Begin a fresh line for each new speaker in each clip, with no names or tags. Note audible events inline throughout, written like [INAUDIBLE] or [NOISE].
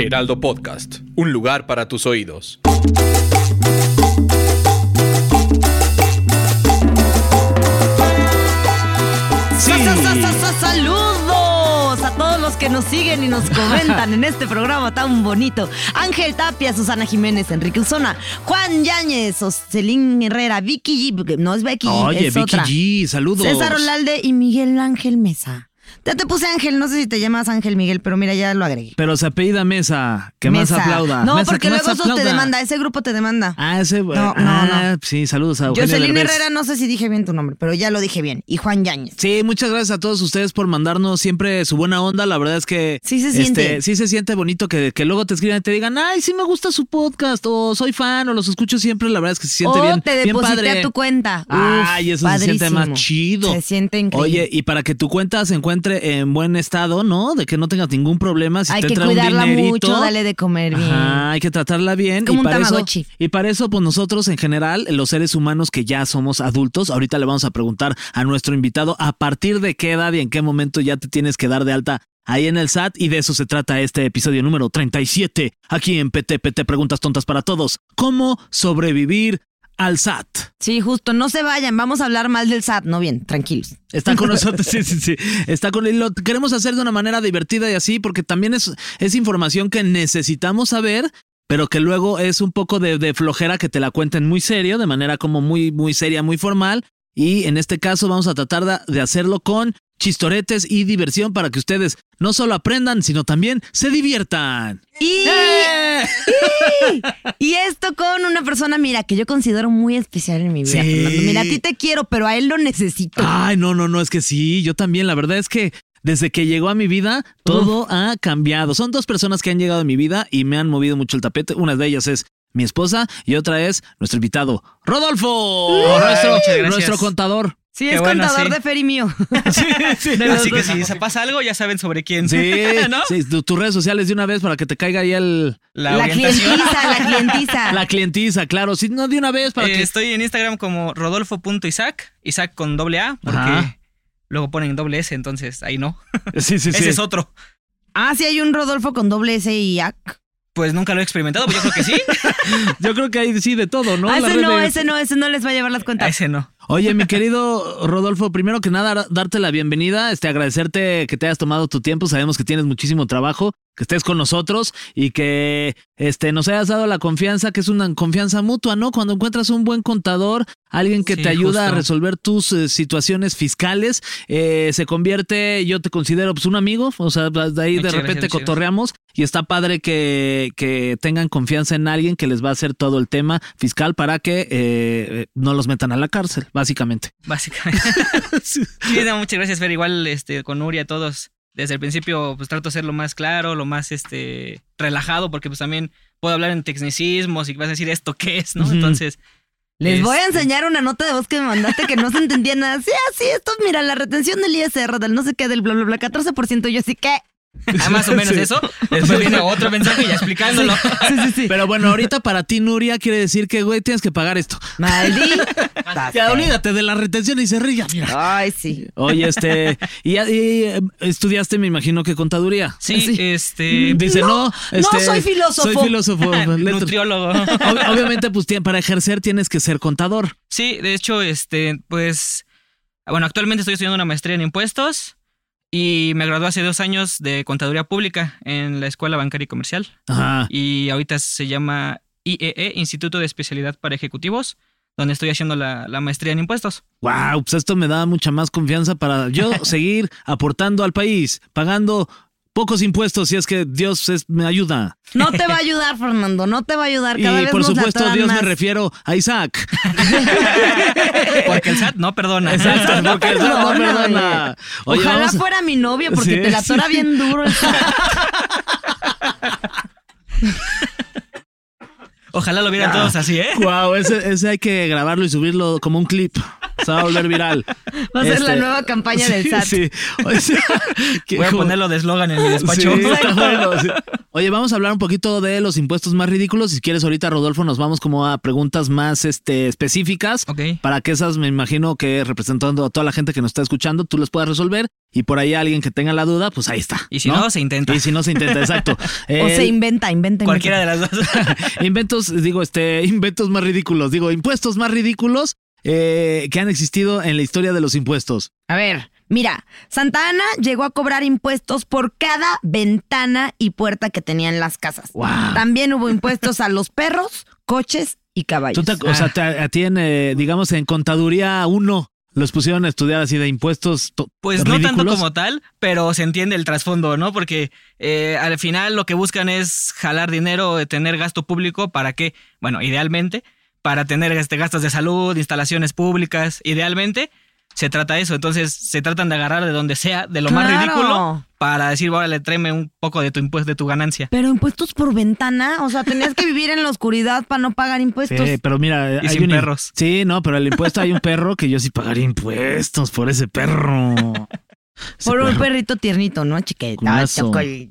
Heraldo Podcast, un lugar para tus oídos.
sí.
Saludos a todos los que nos siguen y nos
[LAUGHS]
comentan en este programa tan bonito. Ángel Tapia, Susana Jiménez, Enrique Usona, Juan Yáñez, Ocelín Herrera, Vicky G. No es Becky,
Oye,
es
Vicky
otra.
G, saludos.
César Olalde y Miguel Ángel Mesa. Ya te puse Ángel, no sé si te llamas Ángel Miguel, pero mira, ya lo agregué.
Pero se apellida Mesa, que más
Mesa.
aplauda.
No,
Mesa,
porque
que más
luego eso te
aplauda.
demanda, ese grupo te demanda.
Ah, ese.
no,
ah, Sí, saludos a Eugenio
Jocelyn
Derbez.
Herrera, no sé si dije bien tu nombre, pero ya lo dije bien. Y Juan Yáñez.
Sí, muchas gracias a todos ustedes por mandarnos siempre su buena onda. La verdad es que.
Sí se
este,
siente.
Sí se siente bonito que, que luego te escriban y te digan, ay, sí me gusta su podcast, o soy fan, o los escucho siempre. La verdad es que se siente
O
bien.
te
bien
deposité
padre.
a tu cuenta. Uf,
ay, eso se siente más
padrísimo.
chido.
Se siente increíble.
Oye, y para que tu cuenta se encuentre en buen estado, ¿no? De que no tengas ningún problema. Si
Hay
te
que
entra
cuidarla
un dinerito,
mucho, dale de comer bien.
Ajá, hay que tratarla bien.
como
y
un
para eso,
Tamagotchi.
Y para eso, pues nosotros en general, los seres humanos que ya somos adultos, ahorita le vamos a preguntar a nuestro invitado a partir de qué edad y en qué momento ya te tienes que dar de alta ahí en el SAT. Y de eso se trata este episodio número 37, aquí en PTPT Preguntas Tontas para Todos. ¿Cómo sobrevivir al SAT?
Sí, justo, no se vayan, vamos a hablar mal del SAT, no bien, tranquilos.
Está con nosotros, sí, sí, sí. Está con y lo queremos hacer de una manera divertida y así, porque también es, es información que necesitamos saber, pero que luego es un poco de, de flojera que te la cuenten muy serio, de manera como muy, muy seria, muy formal. Y en este caso vamos a tratar de, de hacerlo con chistoretes y diversión para que ustedes no solo aprendan, sino también se diviertan.
Y,
¡Eh!
y esto con una persona, mira, que yo considero muy especial en mi vida.
Sí.
Fernando. Mira, a ti te quiero, pero a él lo necesito.
Ah,
Ay, no, no, no, es que sí, yo también, la verdad es que desde que llegó a mi vida, todo ha cambiado. Son dos personas que han llegado a mi vida y me han movido mucho el tapete. Una de ellas es mi esposa y otra es nuestro invitado, Rodolfo, nuestro,
muchas gracias.
nuestro contador.
[LAUGHS]
Sí,
Qué
es
bueno,
contador
sí.
de Fer y mío.
Así que si se pasa algo, ya saben sobre quién.
Sí,
[LAUGHS] ¿No?
sí, tu- tus redes sociales de una vez para que te caiga ahí el,
La,
La
orientación.
clientiza, la
Ah.
clientiza.
la clientiza, claro. Sí, no, de una vez para
Eh,
que...
Estoy en Instagram como rodolfo.isaac, Isaac con doble A, porque
Ajá.
luego ponen doble S, entonces ahí no.
[LAUGHS] Sí, sí, sí.
Ese es otro.
Ah, sí, hay un Rodolfo con doble S y AC.
Pues nunca lo he experimentado, pero yo creo
[LAUGHS]
que sí.
Yo creo que ahí sí de todo, ¿no?
ah,
Las
ese no,
redes.
ese no, ese no les va a llevar las
A
cuentas.
ese no.
Oye, mi querido Rodolfo, primero que nada, darte la bienvenida, este, agradecerte que te hayas tomado tu tiempo. Sabemos que tienes muchísimo trabajo, que estés con nosotros y que este, nos hayas dado la confianza, que es una confianza mutua, ¿no? Cuando encuentras un buen contador, alguien que
Sí,
te ayuda a
justo.
resolver tus eh, situaciones fiscales, eh, se convierte, yo te considero, pues un amigo, o sea, de ahí
Muchas
de
gracias,
repente
muchas gracias.
cotorreamos y está padre que, que tengan confianza en alguien que les va a hacer todo el tema fiscal para que eh, eh, no los metan a la cárcel, básicamente. [LAUGHS]
Básicamente. Sí, no, muchas gracias, Fer. Igual este, con Uri a todos. Desde el principio, pues trato de ser lo más claro, lo más este relajado, porque pues también puedo hablar en tecnicismos y vas a decir esto qué es, ¿no?
Ujú.
Entonces.
Les voy a
este,
enseñar una nota de voz que me mandaste que no se entendía nada. Sí, así, esto, mira, la retención del ISR, del no sé qué, del bla, bla, bla, 14%. Yo así que.
Ah, más o menos eso. Después viene otro mensaje ya explicándolo.
[LAUGHS] Sí, sí, sí.
Pero bueno, ahorita para ti, Nuria, quiere decir que, güey, tienes que pagar esto.
Maldita.
[LAUGHS]
Ah.
Ya, olvídate de la retención y se ríe, mira.
Ay, sí.
Oye, este, y, y, eh, estudiaste, me imagino que contaduría.
Sí,
Sí.
este.
Dice, no,
no,
este,
soy filósofo.
Soy filósofo. letras.
Nutriólogo.
Ob- Obviamente, pues tien- para ejercer tienes que ser contador.
Sí, de hecho, este, pues. Bueno, actualmente estoy estudiando una maestría en impuestos y me gradué hace dos años de contaduría pública en la Escuela Bancaria y Comercial.
Ajá.
Y ahorita se llama IEE, Instituto de Especialidad para Ejecutivos, donde estoy haciendo la, la maestría en impuestos.
Wow, pues esto me da mucha más confianza para yo seguir aportando al país, pagando pocos impuestos, si es que Dios es- me ayuda.
No te va a ayudar, Fernando, no te va a ayudar.
Y
Cada vez
por
nos
supuesto,
atoran
Dios
más.
me refiero
[LAUGHS]
a Isaac. [LAUGHS]
Porque el SAT no perdona.
Exacto,
No
porque eso no
perdona,
perdona.
oye.
Oye,
Ojalá
vamos-
fuera mi novio porque
Sí,
te la
sí.
tora bien
[LAUGHS]
duro.
Ojalá lo vieran todos así, ¿eh?
Wow, ese, ese hay que grabarlo y subirlo como un clip. Se va a volver viral.
[LAUGHS]
Este,
Va a ser la nueva campaña
[LAUGHS] sí,
del SAT.
Sí. [LAUGHS] O sea, que
Voy a
como-
ponerlo de eslogan en mi despacho.
Sí, está [LAUGHS] bueno, sí. Oye, vamos a hablar un poquito de los impuestos más ridículos. Si quieres, ahorita, Rodolfo, nos vamos como a preguntas más este, específicas.
Ok.
Para que esas, me imagino que representando a toda la gente que nos está escuchando, tú las puedas resolver. Y por ahí alguien que tenga la duda, pues ahí está.
Y si no, se intenta.
Y si no, se intenta, exacto.
[LAUGHS]
O se
El-
inventa, inventa. inventa.
Cualquiera de las dos. [LAUGHS]
inventos, digo, este, inventos más ridículos, digo, impuestos más ridículos eh, que han existido en la historia de los impuestos.
A ver, mira, Santa Ana llegó a cobrar impuestos por cada ventana y puerta que tenían las casas.
Wow.
También hubo impuestos a los perros, coches y
Tú
caballos.
te- O
Ah.
sea, te- a ti en, eh, digamos, en contaduría 1 los pusieron a estudiar así de impuestos. to-
Pues no tanto
ridículos.
como tal, pero se entiende el trasfondo, ¿no? Porque eh, al final lo que buscan es jalar dinero, eh, tener gasto público para que, bueno, idealmente, para tener este, gastos de salud, instalaciones públicas, idealmente se trata eso. Entonces se tratan de agarrar de donde sea, de lo más
Ah, Claro.
ridículo, para decir, ahora le tráeme un poco de tu impuesto, de tu ganancia.
Pero impuestos por ventana, o sea, tenías que vivir en la oscuridad para no pagar impuestos.
Sí, pero mira,
Y
hay
sin
un-
perros.
Sí, no, pero el impuesto hay un perro que yo sí pagaría impuestos por ese
[LAUGHS]
perro. Ese
por un
perro.
perrito tiernito, ¿no, chiquita? Ay,
Cunazo.
choco- ay,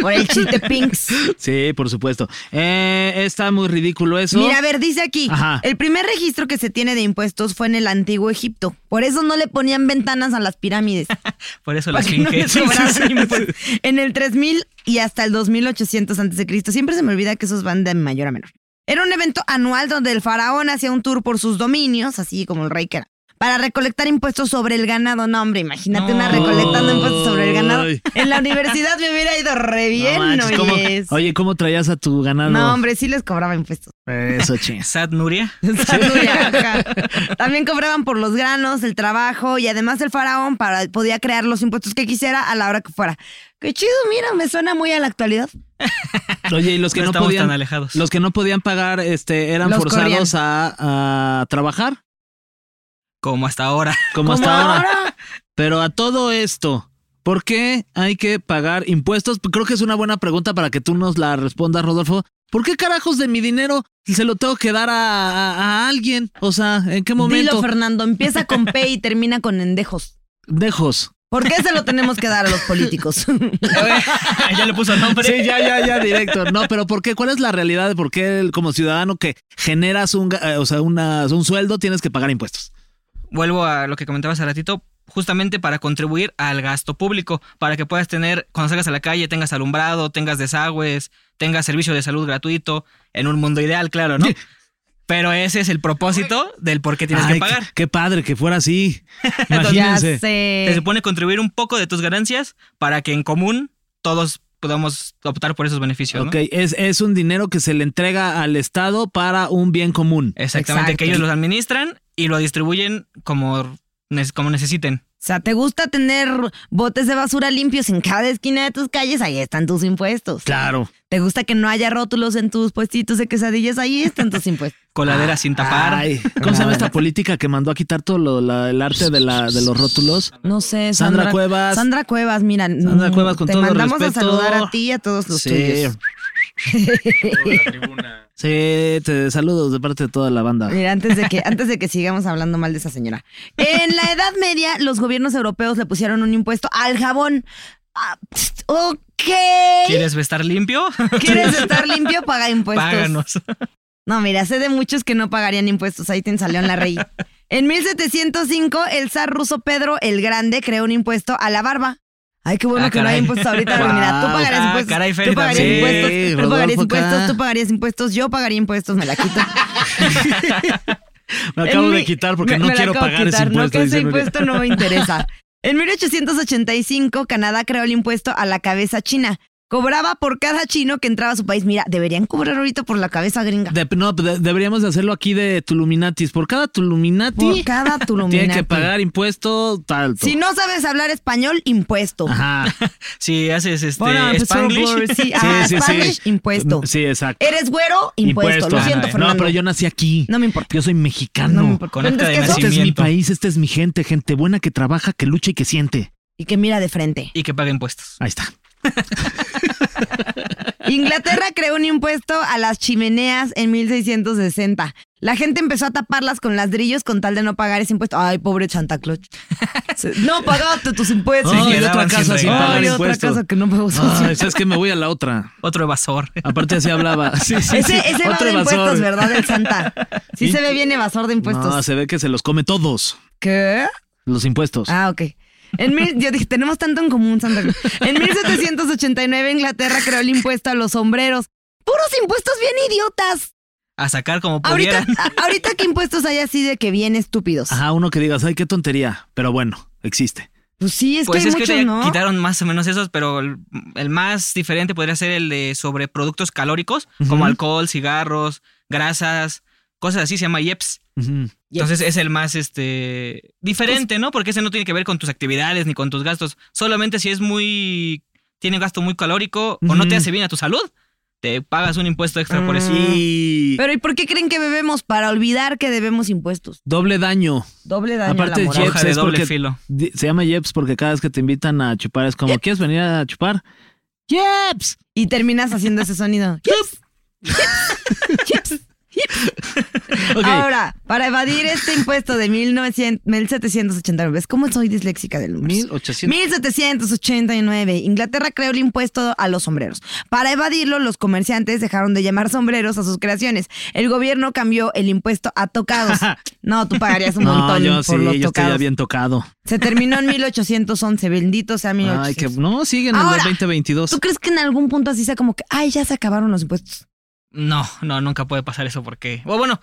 Por el chiste
[LAUGHS]
Pinks.
Sí, por supuesto. Eh, está muy ridículo eso.
Mira, a ver, dice aquí,
Ajá.
el primer registro que se tiene de impuestos fue en el antiguo Egipto. Por eso no le ponían ventanas a las pirámides.
[LAUGHS]
Por eso la
para que no
[LAUGHS] esfinge.
les cobraran
pues.
impuestos. En el 3000 y hasta el 2800 antes de Cristo. Siempre se me olvida que esos van de mayor a menor. Era un evento anual donde el faraón hacía un tour por sus dominios, así como el rey que era, para recolectar impuestos sobre el ganado. No, hombre, imagínate una
No.
recolectando impuestos sobre el ganado.
Ay.
En la universidad me hubiera ido re bien,
No manches, ¿cómo-
Noeles.
oye, ¿cómo traías a tu ganado?
No, hombre, sí les cobraba impuestos. [LAUGHS]
Eso, ching.
Sad Nuria.
Ajá. También cobraban por los granos, el trabajo y además el faraón para, podía crear los impuestos que quisiera a la hora que fuera. Qué chido, mira, me suena muy a la actualidad.
Oye, y los que
No
no,
estamos
podían,
tan alejados.
los que no podían pagar, este, eran
Los
forzados
corrían.
a, a trabajar,
Como hasta
[LAUGHS]
ahora.
como hasta ahora. Pero a todo esto, ¿por qué hay que pagar impuestos? Creo que es una buena pregunta para que tú nos la respondas, Rodolfo. ¿Por qué carajos de mi dinero se lo tengo que dar a, a- a alguien? O sea, ¿en qué
Dilo,
momento?
Fernando, empieza con P y termina con endejos.
Dejos.
¿Por qué se lo tenemos que dar a los
[LAUGHS]
políticos?
[LAUGHS] ya le puso nombre.
Sí, ya, ya, ya, directo. No, pero ¿por qué? ¿Cuál es la realidad de por qué el- como ciudadano que generas un, ga- eh, o sea, una- un sueldo tienes que pagar impuestos?
vuelvo a lo que comentabas hace ratito, justamente para contribuir al gasto público, para que puedas tener, cuando salgas a la calle, tengas alumbrado, tengas desagües, tengas servicio de salud gratuito, en un mundo ideal,
[LAUGHS]
claro, ¿no? Pero ese es el propósito del por qué tienes
Ay,
que
qué-
pagar.
Qué padre que fuera así.
[LAUGHS] ya
Imagínense.
Se
sé.
supone contribuir un poco de tus ganancias para que en común todos podamos optar por esos beneficios, ¿no?
Ok, es, es un dinero que se le entrega al Estado para un bien común.
Este,
Exactamente,
Exacto.
que ellos los administran y lo distribuyen como, ne- como necesiten.
O sea, ¿te gusta tener botes de basura limpios en cada esquina de tus calles? Ahí están tus impuestos.
Claro.
¿Te gusta que no haya rótulos en tus puestitos de quesadillas? Ahí están
[LAUGHS]
tus impuestos.
Coladera sin tapar.
Ay, ¿Cómo se llama esta política que mandó a quitar todo lo- la- el arte de, la, de los rótulos?
No sé,
Sandra
Sandra,
Cuevas.
Sandra Cuevas, mira.
Sandra
mm,
Cuevas, con
te
todo
mandamos
respeto.
a saludar a ti y a todos los tuyos.
Sí, te saludos de parte de toda la banda.
Mira, antes de, que, antes de que sigamos hablando mal de esa señora. En la Edad Media, los gobiernos europeos le pusieron un impuesto al jabón. Ah, pst, ok.
¿Quieres estar limpio? [LAUGHS]
¿Quieres estar limpio? Paga impuestos.
Páganos.
No, mira, sé de muchos que no pagarían impuestos. Ahí te ensaleó en la rey. En 1705, el zar ruso Pedro el Grande creó un impuesto a la barba. Ay, qué bueno
Ah,
que no hay
caray.
impuestos ahorita.
Guau.
Mira, tú pagarías
Ah,
impuestos.
caray, Fer,
tú pagarías
también.
impuestos.
Sí,
tú pagarías
Rodolfo acá.
impuestos. Tú pagarías impuestos. Yo pagaría impuestos. Me la
[LAUGHS]
quito.
Me acabo
En
de
mi-
quitar porque
me-
no
me la
quiero
acabo de
pagar ese
quitar,
impuesto.
No, que ese
dice Nuria.
impuesto
[LAUGHS]
no me interesa. En 1885, Canadá creó el impuesto a la cabeza china. Cobraba por cada chino que entraba a su país. Mira, deberían cobrar ahorita por la cabeza gringa.
De- no, de- deberíamos de hacerlo aquí de Tuluminatis. Por cada Tuluminati,
por cada
[LAUGHS] tiene que
tuluminati.
pagar impuesto tal.
Si no sabes hablar español, impuesto.
Ajá.
Si haces este
Bueno, pues, por-
[LAUGHS]
Spanglish.
sí, ajá, Spanish, impuesto.
Sí, exacto.
Eres güero, impuesto. Lo
ajá.
siento, Fernando.
No, pero yo nací aquí.
No me importa.
Yo soy mexicano.
No me importa.
Con acta
¿Entonces
de
qué eso?
Este es mi
Nacimiento.
país, esta es mi gente, gente buena que trabaja, que lucha y que siente.
Y que mira de frente.
Y que paga impuestos.
Ahí está.
Inglaterra creó un impuesto a las chimeneas en 1660. La gente empezó a taparlas con ladrillos con tal de no pagar ese impuesto. Ay, pobre Santa Claus. [LAUGHS] No pagaste tus impuestos.
Ay,
quedaban
otra
sin
casa sin
regalo.
pagar
Ay, otra
impuestos.
casa que no pagó sus
Ay,
impuestos.
es que me voy a la otra.
Otro evasor.
Aparte así
[LAUGHS]
hablaba. Sí, sí,
Ese,
sí.
ese va
Otro
de
evasor.
impuestos, ¿verdad? El Santa. Sí se ve bien evasor de impuestos.
No, se ve que se los come todos.
¿Qué?
Los impuestos.
Ah, ok. En mil- yo dije, tenemos tanto en común, Sandra. En 1789 Inglaterra creó el impuesto a los sombreros. Puros impuestos bien idiotas.
A sacar como
Ahorita,
pudieran.
a- ahorita qué impuestos hay así de que bien estúpidos.
Ajá, uno que digas, ay, qué tontería. Pero bueno, existe.
Pues sí, es
Pues
que hay
es que
muchos,
ahorita ya
¿no?
quitaron más o menos esos, pero el, el más diferente podría ser el de sobre productos calóricos, como alcohol, cigarros, grasas, cosas así, se llama IEPS.
Ujú.
Entonces es el más este diferente,
Pues
¿no? Porque ese no tiene que ver con tus actividades ni con tus gastos. Solamente si es muy. tiene un gasto muy calórico o no
Ujú.
te hace bien a tu salud, te pagas un impuesto extra por
Mm,
eso.
Y
Pero ¿y por qué creen que bebemos? Para olvidar que debemos impuestos.
doble daño.
Doble daño a
Aparte,
la moral.
Jeff-
Jeps
Hoja de
es
doble
porque
filo.
di- se llama Jeps porque cada vez que te invitan a chupar es como, ¿quieres venir a chupar? Jeps.
Y terminas haciendo ese sonido.
[LAUGHS]
Yips. Yips.
Ok.
Ahora, para evadir este impuesto de 1900, 1789, ¿ves cómo soy disléxica del número?
1800.
1789, Inglaterra creó el impuesto a los sombreros. Para evadirlo, los comerciantes dejaron de llamar sombreros a sus creaciones. El gobierno cambió el impuesto a tocados.
[LAUGHS]
No, tú pagarías un
No,
montón
yo sí,
por los
yo estoy ya
tocados.
bien tocado.
Se terminó
[LAUGHS]
en 1811, bendito sea 1811.
Ay, que no, siguen en
Ahora,
los 2022.
¿Tú crees que en algún punto así sea como que, ay, ya se acabaron los impuestos?
No, no, nunca puede pasar eso porque. O bueno,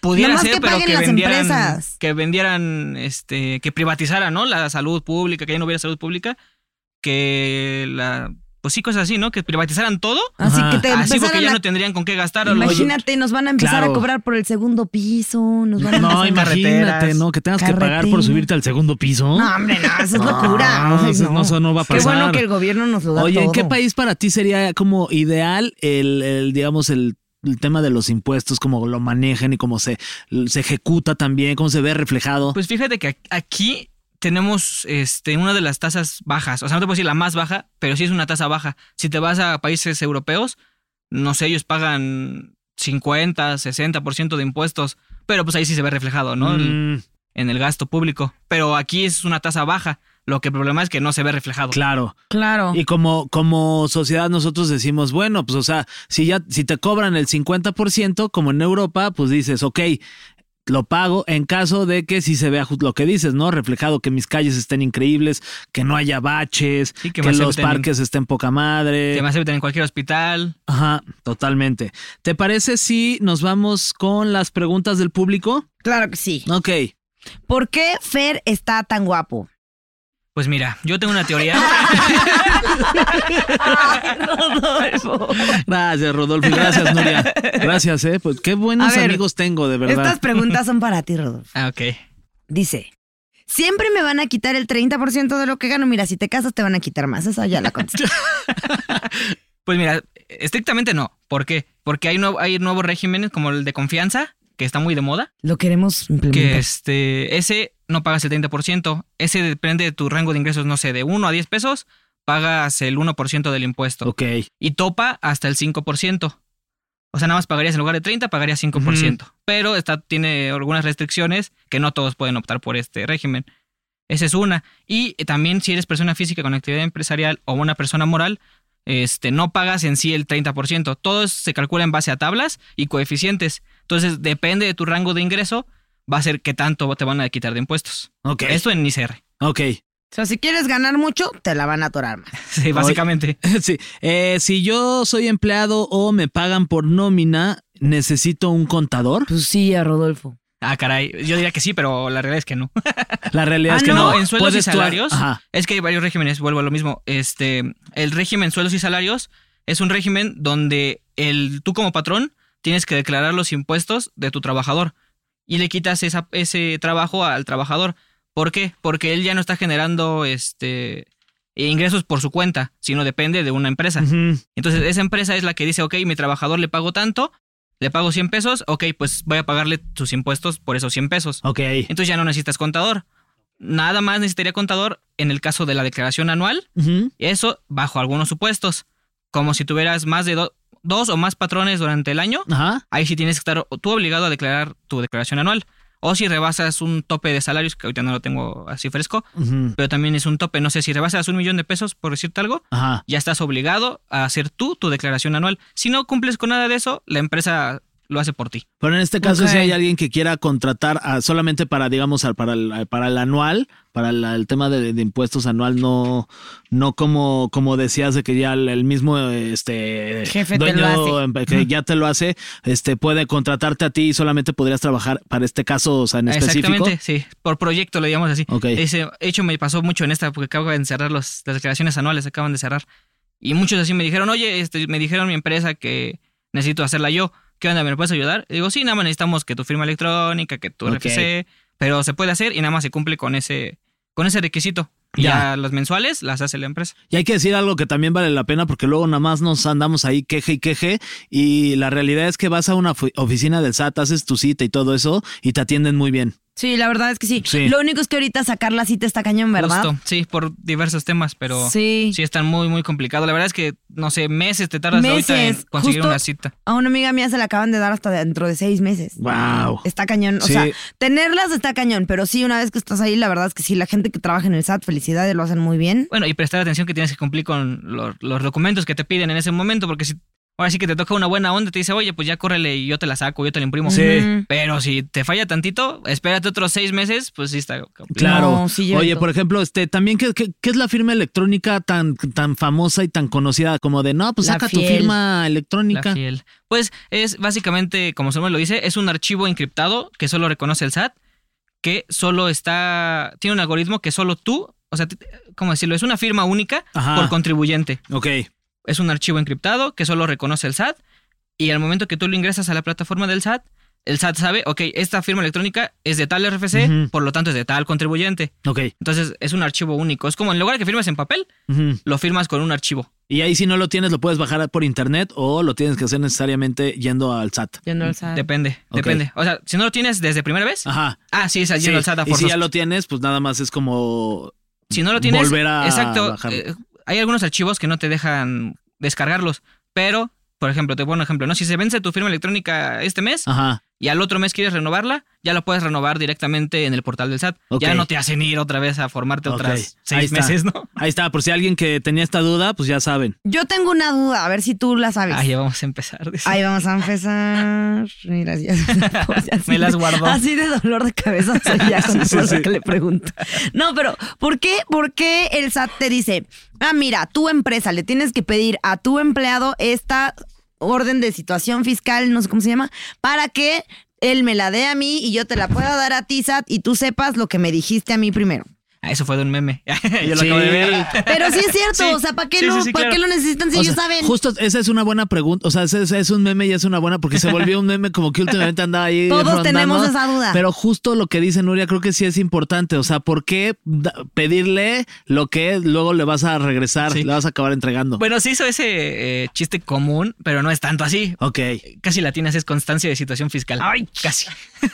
pudiera
Nomás
ser,
que
pero
paguen
que
las
vendieran.
empresas.
Que vendieran, este, que privatizaran, ¿no? La salud pública, que ya no hubiera salud pública. Que la. Pues sí, cosas así, ¿no? Que privatizaran todo.
Así
Ajá. Ah,
que te
Así porque
empezaron
ya
a...
no tendrían con qué gastar. o lo-
Imagínate, nos van a empezar
Claro.
a cobrar por el segundo piso, nos van a
No,
empezar-
imagínate,
carreteras,
¿no? Que tengas que pagar por
carreteras.
subirte al segundo piso.
No, hombre, no, eso es
No,
locura. Ay,
eso Ah, no, eso no va a
Qué bueno
pasar.
que el gobierno nos lo da
Oye, ¿en qué
todo.
país para ti sería como ideal el, el, digamos, el, el tema de los impuestos, cómo lo manejan y cómo se, se ejecuta también, cómo se ve reflejado?
Pues fíjate que ac- aquí tenemos este, una de las tasas bajas. O sea, no te puedo decir la más baja, pero sí es una tasa baja. Si te vas a países europeos, no sé, ellos pagan 50, 60% de impuestos, pero pues ahí sí se ve reflejado, ¿no? El-
Mm,
En el gasto público. Pero aquí es una tasa baja. Lo que el problema es que no se ve reflejado.
claro.
Claro.
Y como, como sociedad nosotros decimos, bueno, pues o sea, si ya si te cobran el 50%, como en Europa, pues dices, ok, lo pago en caso de que sí se vea ju- lo que dices, ¿no? Reflejado que mis calles estén increíbles, que no haya baches,
Sí,
que,
que me
los
acepten.
parques estén poca madre.
Te me aceptan en cualquier hospital.
Ajá, totalmente. ¿Te parece si nos vamos con las preguntas del público?
Claro que sí.
Ok.
¿Por qué Fer está tan [LAUGHS] guapo?
Pues mira, yo tengo
[LAUGHS]
una teoría.
Gracias, Rodolfo. y Gracias, Nuria.
[LAUGHS]
Gracias, ¿eh? Pues qué buenos
A ver,
amigos tengo, de
Estas
verdad.
preguntas son para ti, Rodolfo.
ah, ok.
Dice, siempre me van a quitar el 30% de lo que gano. Mira, si te casas te van a quitar más. Esa ya la contesté.
Pues mira, estrictamente no. ¿Por qué? Porque hay, nue- hay nuevos regímenes como el de confianza, que está muy de moda.
lo queremos
que
implementar.
este, ese no pagas el 30%, ese depende de tu rango de ingresos, no sé, de 1 a 10 pesos, pagas el 1% del impuesto
Ok.
y topa hasta el 5%. O sea, nada más pagarías en lugar de 30, pagarías 5%. Pero está, tiene algunas restricciones que no todos pueden optar por este régimen. Esa es una. Y eh, también si eres persona física con actividad empresarial o una persona moral, este, no pagas en sí el 30%. Todo es- se calcula en base a tablas y coeficientes. Entonces, depende de tu rango de ingreso, va a ser qué tanto te van a quitar de impuestos.
Ok.
Esto en ICR.
Ok.
O sea, si quieres ganar mucho, te la van a atorar más.
[LAUGHS] Sí, básicamente.
[LAUGHS] Sí. Eh, si yo soy empleado o me pagan por nómina, necesito un contador.
Pues sí, a Rodolfo.
Ah, caray. Yo diría que sí, pero la realidad es que no.
La realidad
Ah,
es que
no,
no.
en sueldos y
puedes tú-
salarios
Ajá.
es que hay varios regímenes, vuelvo a lo mismo. Este, el régimen sueldos y salarios es un régimen donde el, tú como patrón tienes que declarar los impuestos de tu trabajador y le quitas esa- ese trabajo al trabajador. ¿Por qué? Porque él ya no está generando este, ingresos por su cuenta, sino depende de una empresa.
Ujú.
Entonces, esa empresa es la que dice, ok, mi trabajador le pago tanto, le pago 100 pesos, ok, pues voy a pagarle tus impuestos por esos 100 pesos.
Ok.
Entonces ya no necesitas contador. Nada más necesitaría contador en el caso de la declaración anual,
Ujú.
eso bajo algunos supuestos, como si tuvieras más de do- dos o más patrones durante el año,
Ajá.
ahí sí tienes que estar tú obligado a declarar tu declaración anual. O si rebasas un tope de salarios, que ahorita no lo tengo así fresco,
Ujú.
pero también es un tope, no sé, si rebasas un millón de pesos, por decirte algo,
Ajá.
ya estás obligado a hacer tú tu declaración anual. Si no cumples con nada de eso, la empresa lo hace por ti.
Pero en este caso,
Ok.
si hay alguien que quiera contratar a- solamente para, digamos, al- para el, para el anual, para el, el tema de, de impuestos anual, no, no como, como decías de que ya el, el mismo este,
Jefe te lo hace.
em- que ya te lo hace, este puede contratarte a ti y solamente podrías trabajar para este caso, o sea, en específico.
Exactamente, sí. Por proyecto, lo digamos así.
Ok.
Ese hecho me pasó mucho en esta, porque acaban de cerrar los- las declaraciones anuales, acaban de cerrar. Y muchos así me dijeron, oye, este, me dijeron mi empresa que necesito hacerla yo. ¿Qué onda? ¿Me lo puedes ayudar? Y digo, sí, nada más necesitamos que tu firma electrónica, que tu
Ok.
RFC, pero se puede hacer y nada más se cumple con ese, con ese requisito. Y
Ya.
ya. las mensuales las hace la empresa.
Y hay que decir algo que también vale la pena porque luego nada más nos andamos ahí queje y queje y la realidad es que vas a una ofi- oficina del SAT, haces tu cita y todo eso y te atienden muy bien.
Sí, la verdad es que sí.
Sí.
Lo único es que ahorita sacar la cita está cañón, ¿verdad?
Justo, sí, por diversos temas, pero sí.
Sí.
están muy, muy complicados. La verdad es que, no sé, meses te tardas ahorita en
Meses,
conseguir
justo.
una cita.
A una amiga mía se la acaban de dar hasta dentro de seis meses.
Wow.
Está cañón. O
Sí.
sea, tenerlas está cañón, pero sí, una vez que estás ahí, la verdad es que sí, la gente que trabaja en el SAT, felicidades, lo hacen muy bien.
Bueno, y prestar atención que tienes que cumplir con los, los documentos que te piden en ese momento, porque si ahora sí que te toca una buena onda, te dice, oye, pues ya córrele y yo te la saco, yo te la imprimo.
Sí.
Pero si te falla tantito, espérate otros seis meses, pues sí está. complicado.
Claro.
No, sí lleva
Oye,
todo.
por ejemplo, este, también ¿qué, qué, qué es la firma electrónica tan, tan famosa y tan conocida como de no, pues
La
saca tu
fiel.
firma
La
electrónica.
fiel. Pues es básicamente, como su nombre lo dice, es un archivo encriptado que solo reconoce el SAT, que solo está. Tiene un algoritmo que solo tú, o sea, t- ¿cómo decirlo? Es una firma única
Ajá.
por contribuyente.
Ok.
es un archivo encriptado que solo reconoce el SAT y al momento que tú lo ingresas a la plataforma del SAT, el SAT sabe, ok, esta firma electrónica es de tal RFC,
Ujú.
por lo tanto es de tal contribuyente.
Ok.
Entonces es un archivo único. Es como en lugar de que firmes en papel,
Ujú.
lo firmas con un archivo.
Y ahí si no lo tienes, lo puedes bajar por internet o lo tienes que hacer necesariamente yendo al SAT.
Yendo al SAT.
Depende,
Ok.
depende. O sea, si no lo tienes desde primera vez,
Ajá.
ah, sí, es yendo
Sí.
al SAT a
Y si
fuerzas.
ya lo tienes, pues nada más es como
Si no lo tienes,
volver a
exacto.
bajarlo.
eh, hay algunos archivos que no te dejan descargarlos, pero, por ejemplo, te pongo un ejemplo, ¿no? Si se vence tu firma electrónica este mes,
Ajá.
y al otro mes quieres renovarla, ya la puedes renovar directamente en el portal del SAT.
Ok.
Ya no te hacen ir otra vez a formarte
Ok,
otras
ahí
seis
está.
meses, ¿no?
Ahí está, por si alguien que tenía esta duda, pues ya saben.
Yo tengo una duda, a ver si tú la sabes.
Ah, ya vamos a empezar. dice.
Ahí vamos a empezar. Mira, ya- así
Me las
de-
guardó.
Así de dolor de cabeza soy ya
[LAUGHS]
con todo lo que le pregunto. No, pero ¿por qué, ¿por qué el SAT te dice, ah, mira, tu empresa le tienes que pedir a tu empleado esta orden de situación fiscal, no sé cómo se llama, para que él me la dé a mí y yo te la pueda dar a ti, SAT, y tú sepas lo que me dijiste a mí primero?
Ah, eso fue de un meme. [LAUGHS] Yo lo acabo de [LAUGHS] ver.
Pero sí es cierto,
[LAUGHS] Sí,
o sea, ¿para qué,
sí,
lo,
sí, sí,
¿para
claro.
qué lo necesitan si
O
ellos
sea,
saben?
Justo, esa es una buena pregunta. O sea, ese- ese es un meme y es una buena porque se volvió un meme como que últimamente andaba ahí.
Todos
rondando.
tenemos esa duda.
Pero justo lo que dice Nuria, creo que sí es importante. O sea, ¿por qué da- pedirle lo que luego le vas a regresar,
Sí.
le vas a acabar entregando?
Bueno, se hizo ese eh, chiste común, pero no es tanto así.
ok.
Casi latinas es constancia de situación fiscal. Ay, casi. [LAUGHS]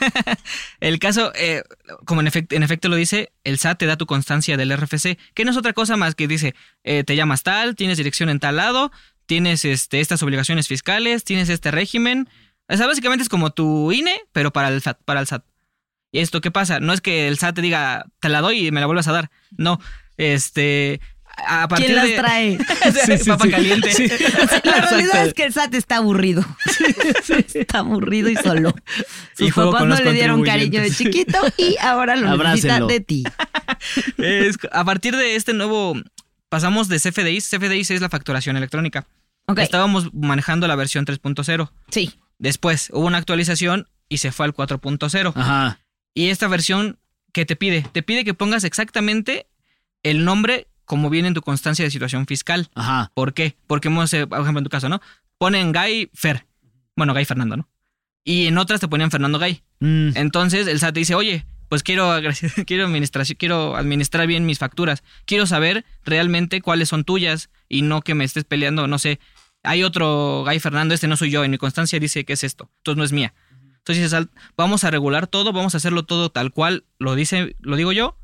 el caso, eh, como en, efect- en efecto lo dice, el SAT te da tu constancia del RFC, que no es otra cosa más que dice, eh, te llamas tal, tienes dirección en tal lado, tienes este, estas obligaciones fiscales, tienes este régimen. O sea, básicamente es como tu INE, pero para el SAT. Para el SAT. ¿Y esto qué pasa? No es que el SAT te diga, te la doy y me la vuelvas a dar. No, este... A a partir
¿Quién las
de-
trae?
[LAUGHS] Sí, sí, Papa
sí.
caliente. [LAUGHS]
Sí.
La realidad
Exacto.
es que el SAT está aburrido. [LAUGHS] Está aburrido y solo. Sus
Y juego
papás
con
no
los
le dieron cariño de
contribuyentes.
chiquito y ahora lo necesita
Abrácenlo.
de ti.
Es- a partir de este nuevo, pasamos de CFDIs. CFDIs es la facturación electrónica.
Ok,
Estábamos manejando la versión 3.0.
sí.
Después hubo una actualización y se fue al 4.0.
Ajá.
Y esta versión que te pide, te pide que pongas exactamente el nombre como viene en tu constancia de situación fiscal.
Ajá.
¿Por qué? Porque, hemos, eh, por ejemplo, en tu caso, ¿no? Ponen Guy Fer. Bueno, Guy Fernando, ¿no? Y en otras te ponían Fernando Guy.
Mm,
Entonces el SAT te dice, oye, pues quiero, agre- [LAUGHS] quiero, administrar, quiero administrar bien mis facturas. Quiero saber realmente cuáles son tuyas y no que me estés peleando, no sé. Hay otro Guy Fernando, este no soy yo. En mi constancia dice que es esto. Entonces no es mía. Entonces dices, "Al- vamos a regular todo, vamos a hacerlo todo tal cual lo, dice, lo digo yo.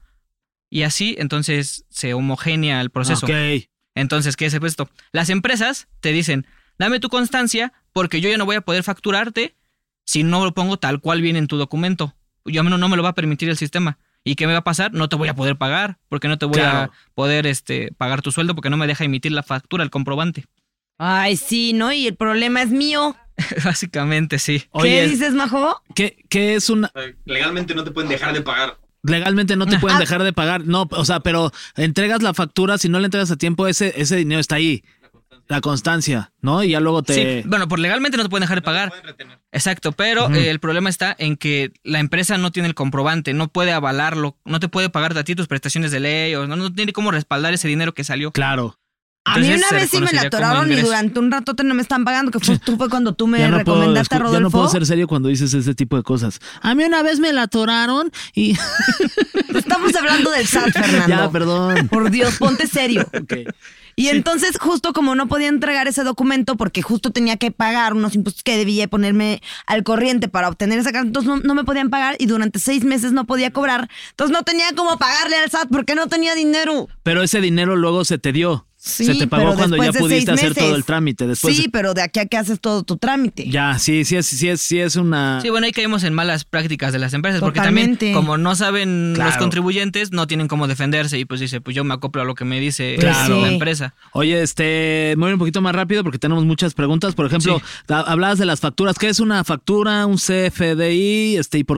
Y así entonces se homogénea el proceso.
ok.
Entonces, ¿qué es esto? Las empresas te dicen, dame tu constancia porque yo ya no voy a poder facturarte si no lo pongo tal cual viene en tu documento. Yo no, no me lo va a permitir el sistema. ¿Y qué me va a pasar? No te voy a poder pagar porque no te voy
Claro.
a poder este, pagar tu sueldo porque no me deja emitir la factura, el comprobante. [LAUGHS]
Ay, sí, ¿no? Y el problema es mío.
Básicamente, sí.
¿Qué
Oye,
dices, Majo?
¿qué, qué es una...?
Legalmente no te pueden dejar de pagar.
Legalmente no te pueden
Ah.
dejar de pagar. No, o sea, pero entregas la factura, si no la entregas a tiempo, ese, ese dinero está ahí. La constancia, ¿no? Y ya luego te...
Sí, bueno, por legalmente no te pueden dejar de pagar. Exacto, pero eh, el problema está en que la empresa no tiene el comprobante, no puede avalarlo, no te puede pagar a ti tus prestaciones de ley o no, no tiene cómo respaldar ese dinero que salió.
Claro.
A mí
Entonces,
una
se
vez sí me la
reconocería como
atoraron y
ingreso.
durante un ratote no me están pagando, que fue, tú fue cuando tú me
[LAUGHS] Ya no, puedo,
recomendaste a
escu- ya no
Rodolfo.
puedo ser serio cuando dices ese tipo de cosas. A mí una vez me la atoraron y... [LAUGHS]
Estamos hablando del SAT, Fernando.
Ya, perdón.
[LAUGHS] Por Dios, ponte serio.
[LAUGHS] Ok.
Y entonces, justo como no podía entregar ese documento porque justo tenía que pagar unos impuestos que debía y ponerme al corriente para obtener esa carta, entonces no, no me podían pagar y durante seis meses no podía cobrar. Entonces no tenía cómo pagarle al SAT porque no tenía dinero.
Pero ese dinero luego se te dio.
Sí,
se te pagó
pero
cuando ya
después de
pudiste
seis
hacer todo
meses.
el trámite. Después
sí, pero de aquí a que haces todo tu trámite.
Ya, sí, sí es, sí es, sí es una.
Sí, bueno, ahí caemos en malas prácticas de las empresas, porque
Totalmente.
también como no saben los
Claro.
contribuyentes, no tienen cómo defenderse y pues dice, pues yo me acoplo a lo que me dice
Claro.
la
Pues Sí.
empresa.
Oye, este, me voy un poquito más rápido porque tenemos muchas preguntas. Por ejemplo,
Sí.
la- hablabas de las facturas. ¿Qué es una factura, un CFDI? Este, y por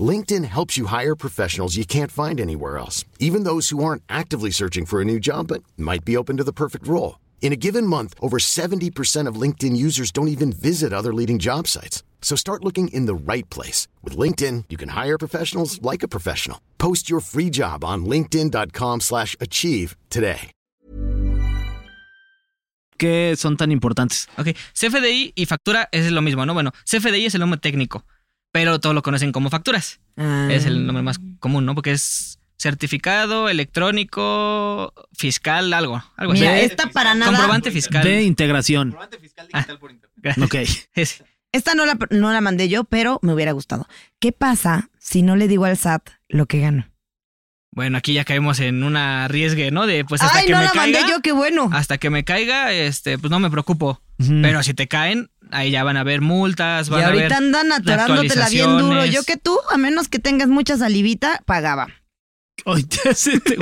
LinkedIn helps you hire professionals you can't find anywhere else, even those who aren't actively searching for a new job but might be open to the perfect role. In a given month, over 70% of LinkedIn users don't even visit other leading job sites. So start looking in the right place. With LinkedIn, you can hire professionals like a professional. Post your free job on linkedin.com/achieve slash achieve today.
qué son tan importantes.
Ok, CFDI y factura es lo mismo, ¿no? Bueno, CFDI es el nombre técnico, pero todos lo conocen como facturas.
Ah.
Es el nombre más común, ¿no? Porque es certificado electrónico fiscal, algo, algo
Mira,
así.
esta para nada.
Comprobante fiscal. [LAUGHS]
De integración. Ok.
Es-
Esta no la, no la mandé yo, pero me hubiera gustado. ¿Qué pasa si no le digo al SAT lo que gano?
Bueno, aquí ya caemos en una riesgue, ¿no? De pues hasta
Ay,
que
no
me
la
caiga, ah,
mandé yo, qué bueno.
hasta que me caiga, este, pues no me preocupo.
Ujú.
Pero si te caen, ahí ya van a haber multas,
Mm. Y
pues van a haber
ahorita andan atorándotela bien duro. Yo que tú, a menos que tengas mucha salivita, pagaba.
Ay, ya sé, te-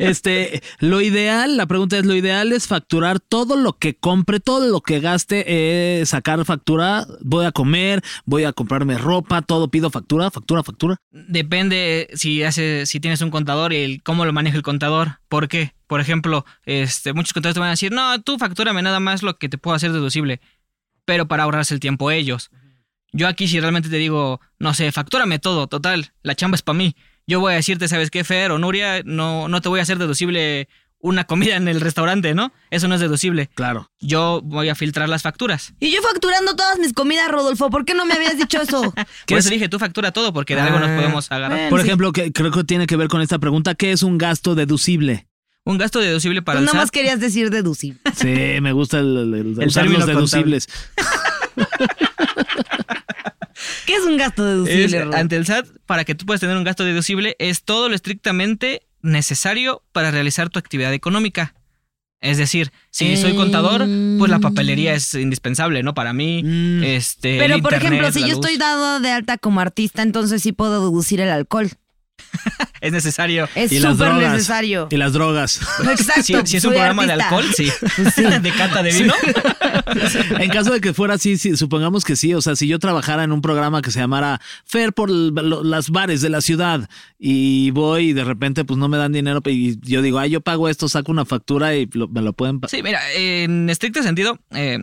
este, lo ideal, la pregunta es, lo ideal es facturar todo lo que compre, todo lo que gaste, eh, sacar factura, voy a comer, voy a comprarme ropa, todo pido factura, factura, factura.
Depende si hace, si tienes un contador y el- cómo lo maneja el contador. ¿Por qué? Por ejemplo, este, muchos contadores te van a decir, no, tú factúrame nada más lo que te puedo hacer deducible. Pero para ahorrarse el tiempo ellos. Yo aquí si realmente te digo, no sé, factúrame todo, total, la chamba es para mí. Yo voy a decirte, ¿sabes qué, Fer o Nuria? No, no te voy a hacer deducible una comida en el restaurante, ¿no? Eso no es deducible.
Claro.
Yo voy a filtrar las facturas.
Y yo facturando todas mis comidas, Rodolfo. ¿Por qué no me habías dicho
[LAUGHS]
eso? Pues
Por
¿Qué
eso
es?
dije, tú factura todo, porque de algo nos
Ah,
podemos agarrar.
bueno.
Por
Sí.
ejemplo, que creo que tiene que ver con esta pregunta, ¿qué es un gasto deducible?
Un gasto deducible para
Tú
el
Pues nada más
SAT.
querías decir deducible.
Sí, me gusta el, el- el-
El
usar los
término
deducibles.
¿Qué es es un gasto deducible?
Es,
Rob?
ante el SAT, para que tú puedas tener un gasto deducible, es todo lo estrictamente necesario para realizar tu actividad económica. Es decir, si soy contador, pues la papelería es indispensable, ¿no? Para mí, este. el
Mm. Pero, por
internet,
ejemplo, si
la
yo
luz,
estoy dado de alta como artista, entonces sí puedo deducir el alcohol.
Es necesario.
Es
Y las
súper
drogas.
necesario.
Y las drogas.
Exacto.
[LAUGHS] Si, si es un
soy
programa de
artista. Pues
alcohol, sí. [LAUGHS] De cata de vino.
En caso de que fuera así, sí, supongamos que sí, o sea, si yo trabajara en un programa que se llamara Fer por l- lo- las bares de la ciudad y voy y de repente pues no me dan dinero y yo digo, ah, yo pago esto, saco una factura y lo- me lo pueden pagar.
Sí, mira, en estricto sentido, eh,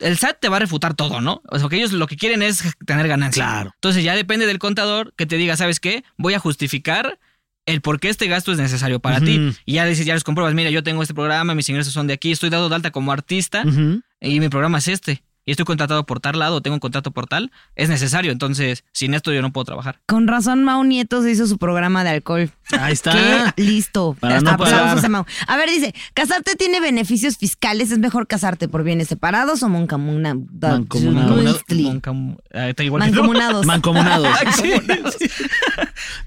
el SAT te va a refutar todo, ¿no? O sea, que ellos lo que quieren es tener ganancia.
Claro.
Entonces ya depende del contador que te diga, ¿sabes qué? Voy a justificar el por qué este gasto es necesario para ti. Y ya dices, ya los compruebas, mira, yo tengo este programa, mis ingresos son de aquí, estoy dado de alta como artista y mi programa es este. Y estoy contratado por tal lado, tengo un contrato por tal, es necesario. Entonces, sin esto yo no puedo trabajar.
Con razón, Mau Nieto se hizo su programa de alcohol.
Ahí está.
Qué listo.
Para no
Aplausos
pagar.
a Mau. A ver, dice, ¿casarte tiene beneficios fiscales? ¿Es mejor casarte por bienes separados o moncamuna?
Mancomunado.
Moncamu- ah, está igual que tú.
[LAUGHS]
[LAUGHS]
Mancomunados. [LAUGHS]
Mancomunados.
Mancomunados.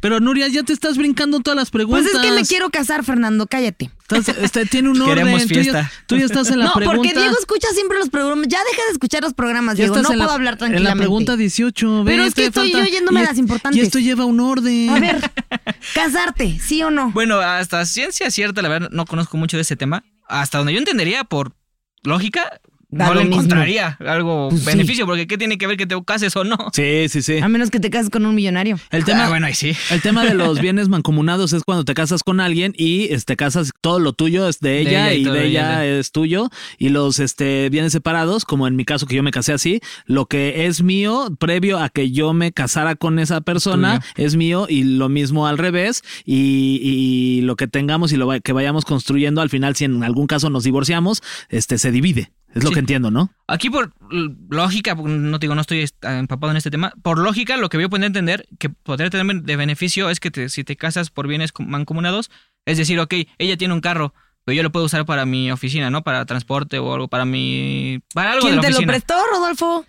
Pero Nuria, ya te estás brincando todas las preguntas.
Pues es que me quiero casar, Fernando, cállate.
Estás- este, tiene un orden.
[LAUGHS] Queremos
Tú ya-
fiesta.
Tú ya, estás en la
no,
pregunta.
porque Diego escucha siempre los programas. Ya deja de escuchar los programas,
Ya
Diego. No
estás en
puedo
la-
hablar
En
tranquilamente.
la pregunta 18.
Pero
ve,
es que
te
estoy
falta-
yo yéndome a
y-
las importantes.
Y esto lleva un orden.
A ver, casarte, ¿sí o no?
Bueno, hasta ciencia cierta, la verdad, no conozco mucho de ese tema. Hasta donde yo entendería, por lógica,
Da
no
lo
le
mismo.
encontraría algo
Pues sí.
beneficio, porque ¿qué tiene que ver que te cases o no?
Sí, sí, sí.
A menos que te cases con un millonario.
[LAUGHS]
El
Ah,
tema,
bueno, ahí sí.
El tema de los bienes mancomunados es cuando te casas con alguien y este casas todo lo tuyo es de ella,
ella y
y
todo
de
de
ella
ella.
es tuyo y los este bienes separados, como en mi caso que yo me casé así, lo que es mío previo a que yo me casara con esa persona es mío y lo mismo al revés y, y lo que tengamos y lo va- que vayamos construyendo al final si en algún caso nos divorciamos, este se divide. Es lo
Sí.
que entiendo, ¿no?
Aquí por l- lógica, porque no te digo, no estoy est- empapado en este tema, por lógica lo que yo puedo entender que podría tener de beneficio es que te- si te casas por bienes com- mancomunados, es decir, ok, ella tiene un carro, pero yo lo puedo usar para mi oficina, ¿no? Para transporte o algo, para mi... Para algo de
¿Quién
la
te lo
oficina.
prestó, Rodolfo?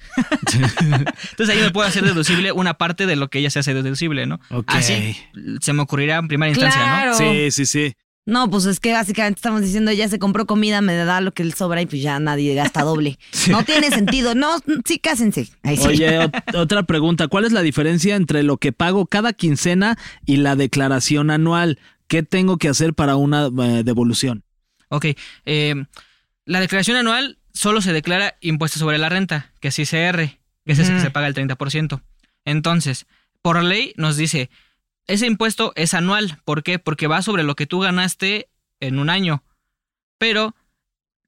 Entonces ahí me puedo hacer deducible una parte de lo que ella se hace deducible, ¿no?
Ok.
Así se me ocurrirá en primera instancia, ¿no?
Sí, sí, sí.
No, pues es que básicamente estamos diciendo, ya se compró comida, me da lo que le sobra y pues ya nadie
[LAUGHS]
gasta doble. No tiene sentido. No, sí, cásense. Ahí sí.
Oye, ot- otra pregunta. ¿Cuál es la diferencia entre lo que pago cada quincena y la declaración anual? ¿Qué tengo que hacer para una eh, devolución?
Ok. eh, la declaración anual solo se declara impuesto sobre la renta, que es ICR, que es ese que se paga el 30%. Entonces, por ley nos dice, ese impuesto es anual. ¿Por qué? Porque va sobre lo que tú ganaste en un año. Pero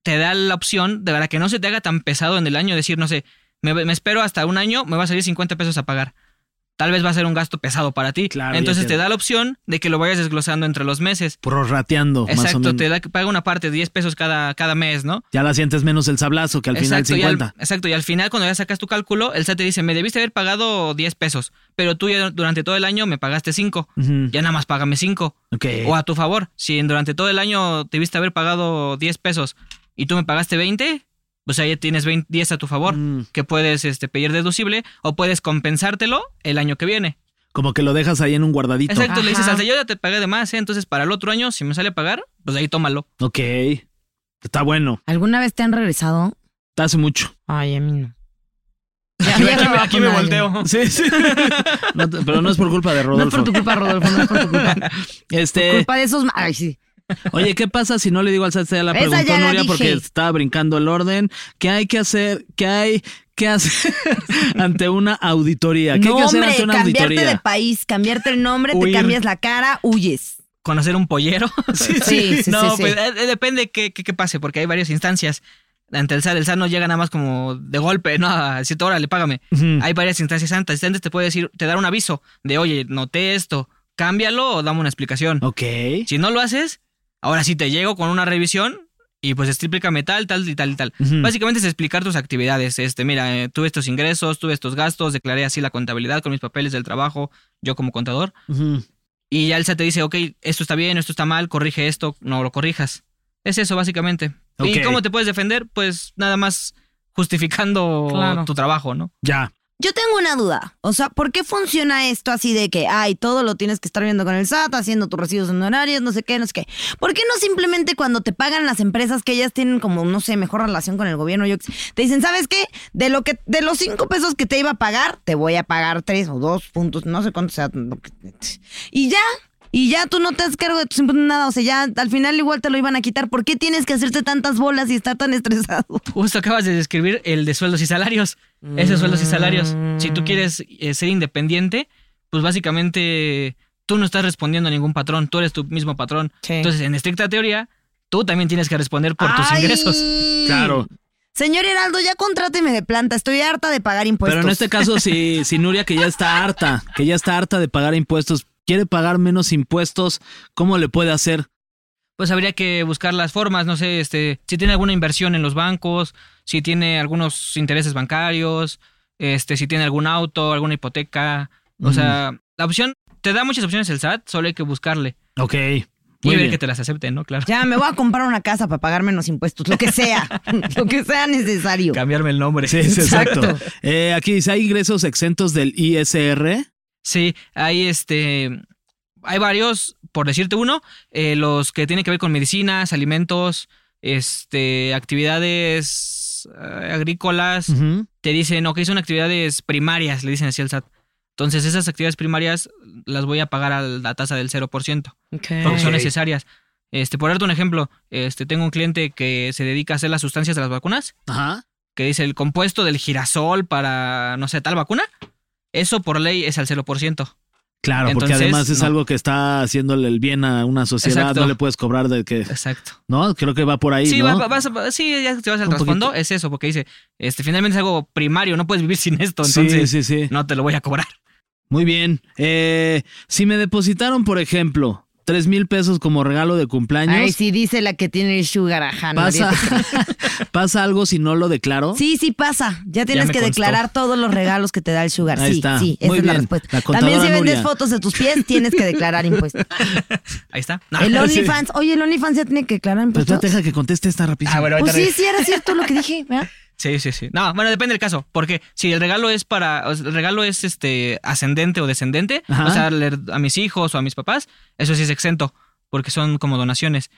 te da la opción de para que no se te haga tan pesado en el año, decir, no sé, me, me espero hasta un año, me va a salir 50 pesos a pagar. Tal vez va a ser un gasto pesado para ti.
Claro, ya
Entonces te
entiendo.
da la opción de que lo vayas desglosando entre los meses.
Prorrateando, más o
Exacto,
menos.
te da, paga una parte, 10 pesos cada, cada mes, ¿no?
Ya la sientes menos el sablazo que al
exacto,
final 50.
Y al, exacto, y al final cuando ya sacas tu cálculo, el SAT te dice, me debiste haber pagado 10 pesos, pero tú ya durante todo el año me pagaste 5,
Ujú.
ya nada más págame 5.
Ok.
O a tu favor, si en- durante todo el año te debiste haber pagado 10 pesos y tú me pagaste 20, pues ahí tienes 20 10 a tu favor,
Mm.
que puedes este, pedir deducible o puedes compensártelo el año que viene.
Como que lo dejas ahí en un guardadito.
Exacto, le dices,
Ajá.
al yo ya te pagué de más, ¿eh? entonces para el otro año, si me sale a pagar, pues ahí tómalo.
Ok. Está bueno.
¿Alguna vez te han regresado?
Te hace mucho.
Ay, a mí no.
Aquí, me- aquí me volteo.
[LAUGHS]
Sí, sí. No te- pero no es por culpa de
No es
Rodolfo.
por tu culpa, Rodolfo, no es por tu
[LAUGHS]
culpa.
Eh.
Por
Este,
culpa de esos. ma- Ay, sí.
Oye, ¿qué pasa si no le digo al SAT? Ya la
Esa
preguntó
ya la
Nuria
dije.
porque estaba brincando el orden. ¿Qué hay que hacer? ¿Qué hay que hacer [LAUGHS] ante una auditoría? ¿Qué hay que
No,
hacer
hombre,
ante una
cambiarte
auditoría?
de país, cambiarte el nombre,
Huir.
te cambias la cara, huyes.
conocer un pollero. [LAUGHS] sí,
[LAUGHS] sí, sí,
No,
sí.
pues eh, eh, depende qué, qué, qué pase, porque hay varias instancias. Ante el SAT, el SAT no llega nada más como de golpe, ¿no? A decirte, órale, págame.
Mm.
Hay varias instancias antes. Antes te puede decir, te dar un aviso de, oye, noté esto, cámbialo o dame una explicación.
Ok.
Si no lo haces, ahora sí te llego con una revisión y pues explícame tal, tal y tal y tal.
Ujú.
Básicamente es explicar tus actividades. Este, mira, eh, tuve estos ingresos, tuve estos gastos, declaré así la contabilidad con mis papeles del trabajo, yo como contador.
Ujú.
Y ya el SAT te dice, ok, esto está bien, esto está mal, corrige esto, no lo corrijas. Es eso, básicamente.
Ok.
¿Y cómo te puedes defender? Pues nada más justificando
Claro.
tu trabajo, ¿no?
Ya.
Yo tengo una duda. O sea, ¿por qué funciona esto así de que, ay, todo lo tienes que estar viendo con el SAT, haciendo tus recibos honorarios, no sé qué, no sé qué? ¿Por qué no simplemente cuando te pagan las empresas que ellas tienen como, no sé, mejor relación con el gobierno, yo, qué sé, te dicen, ¿sabes qué? De lo que, de los cinco pesos que te iba a pagar, te voy a pagar tres o dos puntos, no sé cuánto sea. lo que- Y ya. Y ya tú no te haces cargo de tus impuestos, nada. O sea, ya al final igual te lo iban a quitar. ¿Por qué tienes que hacerte tantas bolas y estar tan estresado?
Justo acabas de describir el de sueldos y salarios. Ese sueldos y salarios. Si tú quieres eh, ser independiente, pues básicamente tú no estás respondiendo a ningún patrón, tú eres tu mismo patrón.
Sí.
Entonces, en estricta teoría, tú también tienes que responder por tus
¡Ay!
ingresos.
Claro.
Señor Heraldo, ya contráteme de planta. Estoy harta de pagar impuestos.
Pero en este caso, si, si Nuria, que ya está harta, que ya está harta de pagar impuestos, quiere pagar menos impuestos, ¿cómo le puede hacer?
Pues habría que buscar las formas, no sé, este, si tiene alguna inversión en los bancos, si tiene algunos intereses bancarios, este, si tiene algún auto, alguna hipoteca. O sea, la opción, te da muchas opciones el SAT, solo hay que buscarle.
Ok.
Y
Muy
ver
bien.
que te las acepten, ¿no? Claro.
Ya, me voy a comprar una casa para pagar menos impuestos. Lo que
[LAUGHS]
sea. lo que sea necesario.
Cambiarme el nombre.
Sí, sí, exacto.
Exacto.
Eh, aquí dice, ¿hay ingresos exentos del ISR?
Sí, hay este. Hay varios, por decirte uno, eh, los que tienen que ver con medicinas, alimentos, este, actividades eh, agrícolas.
Ujú.
Te dicen, ok, son actividades primarias, le dicen así al SAT. Entonces, esas actividades primarias las voy a pagar a la tasa del 0%, porque son necesarias. Este, por darte un ejemplo, este, tengo un cliente que se dedica a hacer las sustancias de las vacunas
Ajá.
que dice el compuesto del girasol para, no sé, tal vacuna, eso por ley es al 0%.
Claro, porque
Entonces,
además es
no.
algo que está haciéndole el bien a una sociedad,
Exacto.
no le puedes cobrar de que...
Exacto.
No, creo que va por ahí,
sí,
¿no?
va- va- vas a- sí, ya te vas al
Un
trasfondo,
poquito.
es eso, porque dice, este, finalmente es algo primario, no puedes vivir sin esto,
Sí,
entonces
sí, sí.
no te lo voy a cobrar.
Muy bien. Eh, si me depositaron, por ejemplo, tres mil pesos como regalo de cumpleaños,
Ay, sí, dice la que tiene el sugar, ajá,
pasa,
nadie
[LAUGHS] ¿pasa algo si no lo declaro?
te- Sí, sí pasa. Ya tienes
me
que
constó.
declarar todos los regalos que te da el sugar.
Ahí
sí,
está.
sí, esa
Muy
es la
bien.
respuesta.
La contadora
También si vendes
Nuria.
fotos de tus pies, tienes que declarar
[LAUGHS]
impuestos.
Ahí está. No. [LAUGHS]
El OnlyFans, oye, el OnlyFans ya tiene que declarar
Ah, Pues
impuestos.
espérate, deja que conteste esta rapidísimo.
Ah, bueno, ahorita
Pues sí,
regreso.
sí, era cierto lo que dije, ¿verdad?
sí, sí, sí. No, bueno, depende del caso, porque si el regalo es para, o sea, el regalo es este ascendente o descendente,
Ajá.
o sea, le- a mis hijos o a mis papás, eso sí es exento, porque son como donaciones.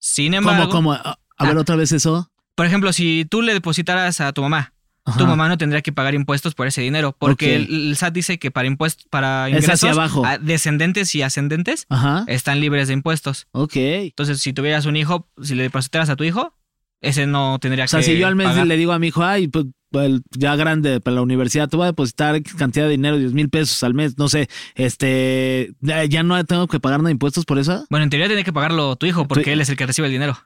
Sin embargo,
¿Cómo, cómo? A a
Ah.
ver, otra vez eso.
por ejemplo, si tú le depositaras a tu mamá
Ajá.
tu mamá no tendría que pagar impuestos por ese dinero, porque
Ok.
el, el SAT dice que para impuestos, para
Es
ingresos
hacia abajo.
a- descendentes y ascendentes
Ajá.
están libres de impuestos.
Ok.
Entonces, si tuvieras un hijo, si le depositaras a tu hijo, ese no tendría
O sea,
que
si yo al mes
pagar.
le digo a mi hijo, ay, pues, pues, ya grande para la universidad, te voy a depositar X cantidad de dinero, 10 mil pesos al mes, no sé, este, ya ya no tengo que pagar nada de impuestos por eso.
Bueno, en teoría tendría que pagarlo tu hijo, porque él es el que recibe el dinero.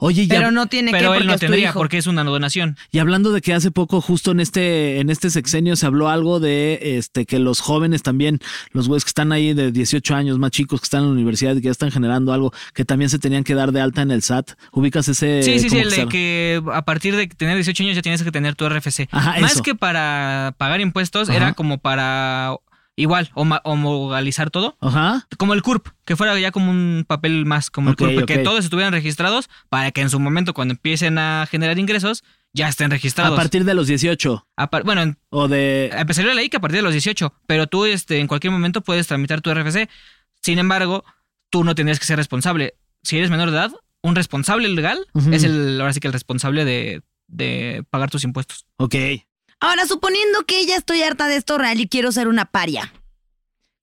Oye, ya,
Pero no tiene que
Pero
porque
él no
es tu
tendría,
hijo.
porque es una donación.
y hablando de que hace poco, justo en este, en este sexenio, se habló algo de este que los jóvenes también, los güeyes que están ahí de 18 años, más chicos que están en la universidad y que ya están generando algo, que también se tenían que dar de alta en el SAT. ¿Ubicas ese?
sí, sí, sí,
como
el
que
de
Eh, se-
que a partir de tener 18 años ya tienes que tener tu RFC.
Ajá,
Más
eso.
que para pagar impuestos,
Ajá.
era como para igual, homo- homologalizar todo.
Ajá.
como el CURP, que fuera ya como un papel más como
Ok,
el CURP,
ok.
que todos estuvieran registrados para que en su momento cuando empiecen a generar ingresos ya estén
A
registrados.
partir de los 18
A par- bueno, en-
o de...
empezaría Em, la ley que a partir de los 18, pero tú este, en cualquier momento puedes tramitar tu RFC. Sin embargo, tú no tendrías que ser responsable. Si eres menor de edad, un responsable legal
Ujú.
es el, ahora sí que el responsable de, de pagar tus impuestos.
Ok.
Ahora, suponiendo que ya estoy harta de esto real y quiero ser una paria,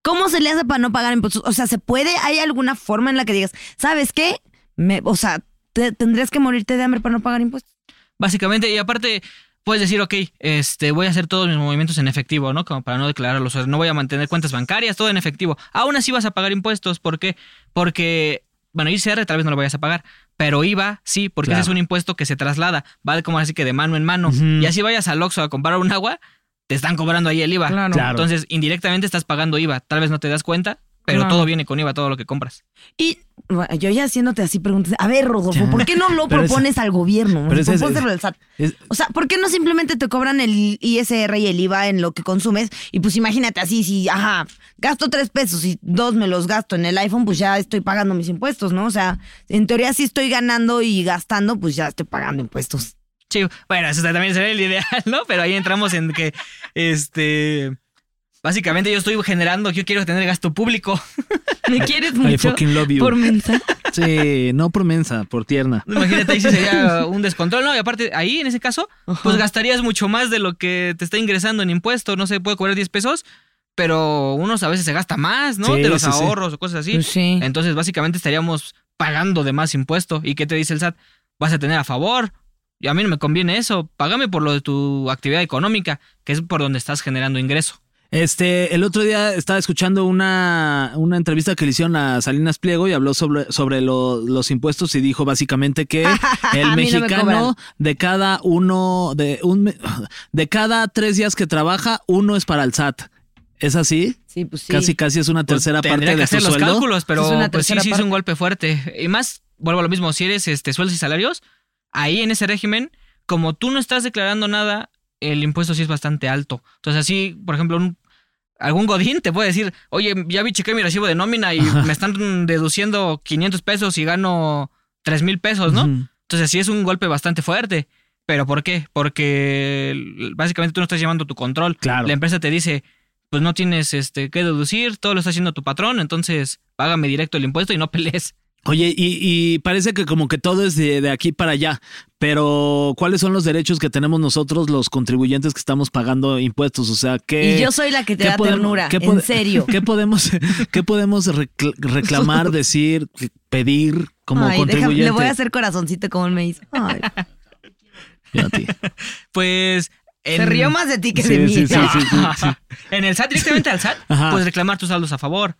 ¿cómo se le hace para no pagar impuestos? O sea, ¿se puede? ¿Hay alguna forma en la que digas, ¿sabes qué? Me- o sea, te- tendrías que morirte de hambre para no pagar impuestos.
Básicamente, y aparte, puedes decir, ok, este, voy a hacer todos mis movimientos en efectivo, ¿no? Como para no declararlos. O sea, no voy a mantener cuentas bancarias, todo en efectivo. Aún así vas a pagar impuestos. ¿Por qué? Porque, bueno, ICR tal vez no lo vayas a pagar. Pero IVA, sí, porque
Claro.
ese es un impuesto que se traslada. Va como así que de mano en mano.
Ujú.
Y así vayas al Oxxo a comprar un agua, te están cobrando ahí el IVA.
Claro.
Claro.
Entonces, indirectamente estás pagando IVA. Tal vez no te das cuenta, pero
Claro.
todo viene con IVA, todo lo que compras.
Y bueno, yo ya haciéndote así preguntas, a ver, Rodolfo,
Ya.
¿por qué no lo
Pero ese-
propones al gobierno?
pero ese es-
Propónselo al SAT.
Es-
O sea, ¿por qué no simplemente te cobran el ISR y el IVA en lo que consumes? Y pues imagínate así, si, ajá, gasto tres pesos y dos me los gasto en el iPhone, pues ya estoy pagando mis impuestos, ¿no? O sea, en teoría si estoy ganando y gastando, pues ya estoy pagando impuestos.
chivo. Bueno, eso también sería el ideal, ¿no? Pero ahí entramos en que, este, básicamente yo estoy generando, yo quiero tener gasto público.
Me quieres
I
mucho.
fucking love you.
Por mensaje.
Sí, no por mensa, por tierna.
Imagínate, ahí sí
[LAUGHS]
sería un descontrol, ¿no? Y aparte, ahí en ese caso, pues gastarías mucho más de lo que te está ingresando en impuestos. No se puede cobrar 10 pesos, pero unos a veces se gasta más, ¿no?
Sí,
de los
sí, sí.
ahorros o cosas así.
Pues sí.
Entonces, básicamente estaríamos pagando de más impuesto. ¿Y qué te dice el SAT? Vas a tener a favor. Y a mí no me conviene eso. Págame por lo de tu actividad económica, que es por donde estás generando ingreso.
Este, el otro día estaba escuchando una, una entrevista que le hicieron a Salinas Pliego y habló sobre, sobre lo- los impuestos y dijo
[LAUGHS]
básicamente que
no
el
me
mexicano
cobran.
de cada uno, de un me- de cada tres días que trabaja, uno es para el SAT. ¿Es así?
Sí, pues sí.
Casi casi es una
Pues,
tercera
tendría
parte
que
de su
hacer los
sueldo.
cálculos, pero
Es una
pues, sí,
tercera
sí es
parte.
un golpe fuerte. Y más, vuelvo a lo mismo, si eres este, sueldos y salarios, ahí en ese régimen, como tú no estás declarando nada, el impuesto sí es bastante alto. Entonces, así, por ejemplo, un- algún godín te puede decir, oye, ya vi, chequé mi recibo de nómina y me están deduciendo 500 pesos y gano 3 mil pesos, ¿no?
Ujú.
Entonces, sí es un golpe bastante fuerte. ¿Pero por qué? Porque l- básicamente tú no estás llevando tu control.
Claro.
La empresa te dice, pues no tienes este que deducir, todo lo está haciendo tu patrón, entonces págame directo el impuesto y no [LAUGHS] pelees.
Oye, y, y parece que como que todo es de, de aquí para allá, pero ¿cuáles son los derechos que tenemos nosotros los contribuyentes que estamos pagando impuestos? O sea, ¿qué...
Y yo soy la que te
qué
da
podemos-
ternura.
qué
en
pode-
serio.
[LAUGHS] ¿Qué podemos, qué podemos recl-
[LAUGHS]
reclamar, decir, pedir como
Ay, déjame-
contribuyente?
le voy a hacer corazoncito como él me hizo. Ay,
Yo a ti.
Pues en,
se
[LAUGHS]
rió más de ti que
Sí,
de mí.
sí, sí, sí, sí.
en el SAT, directamente al SAT,
Ajá.
puedes reclamar tus saldos a favor.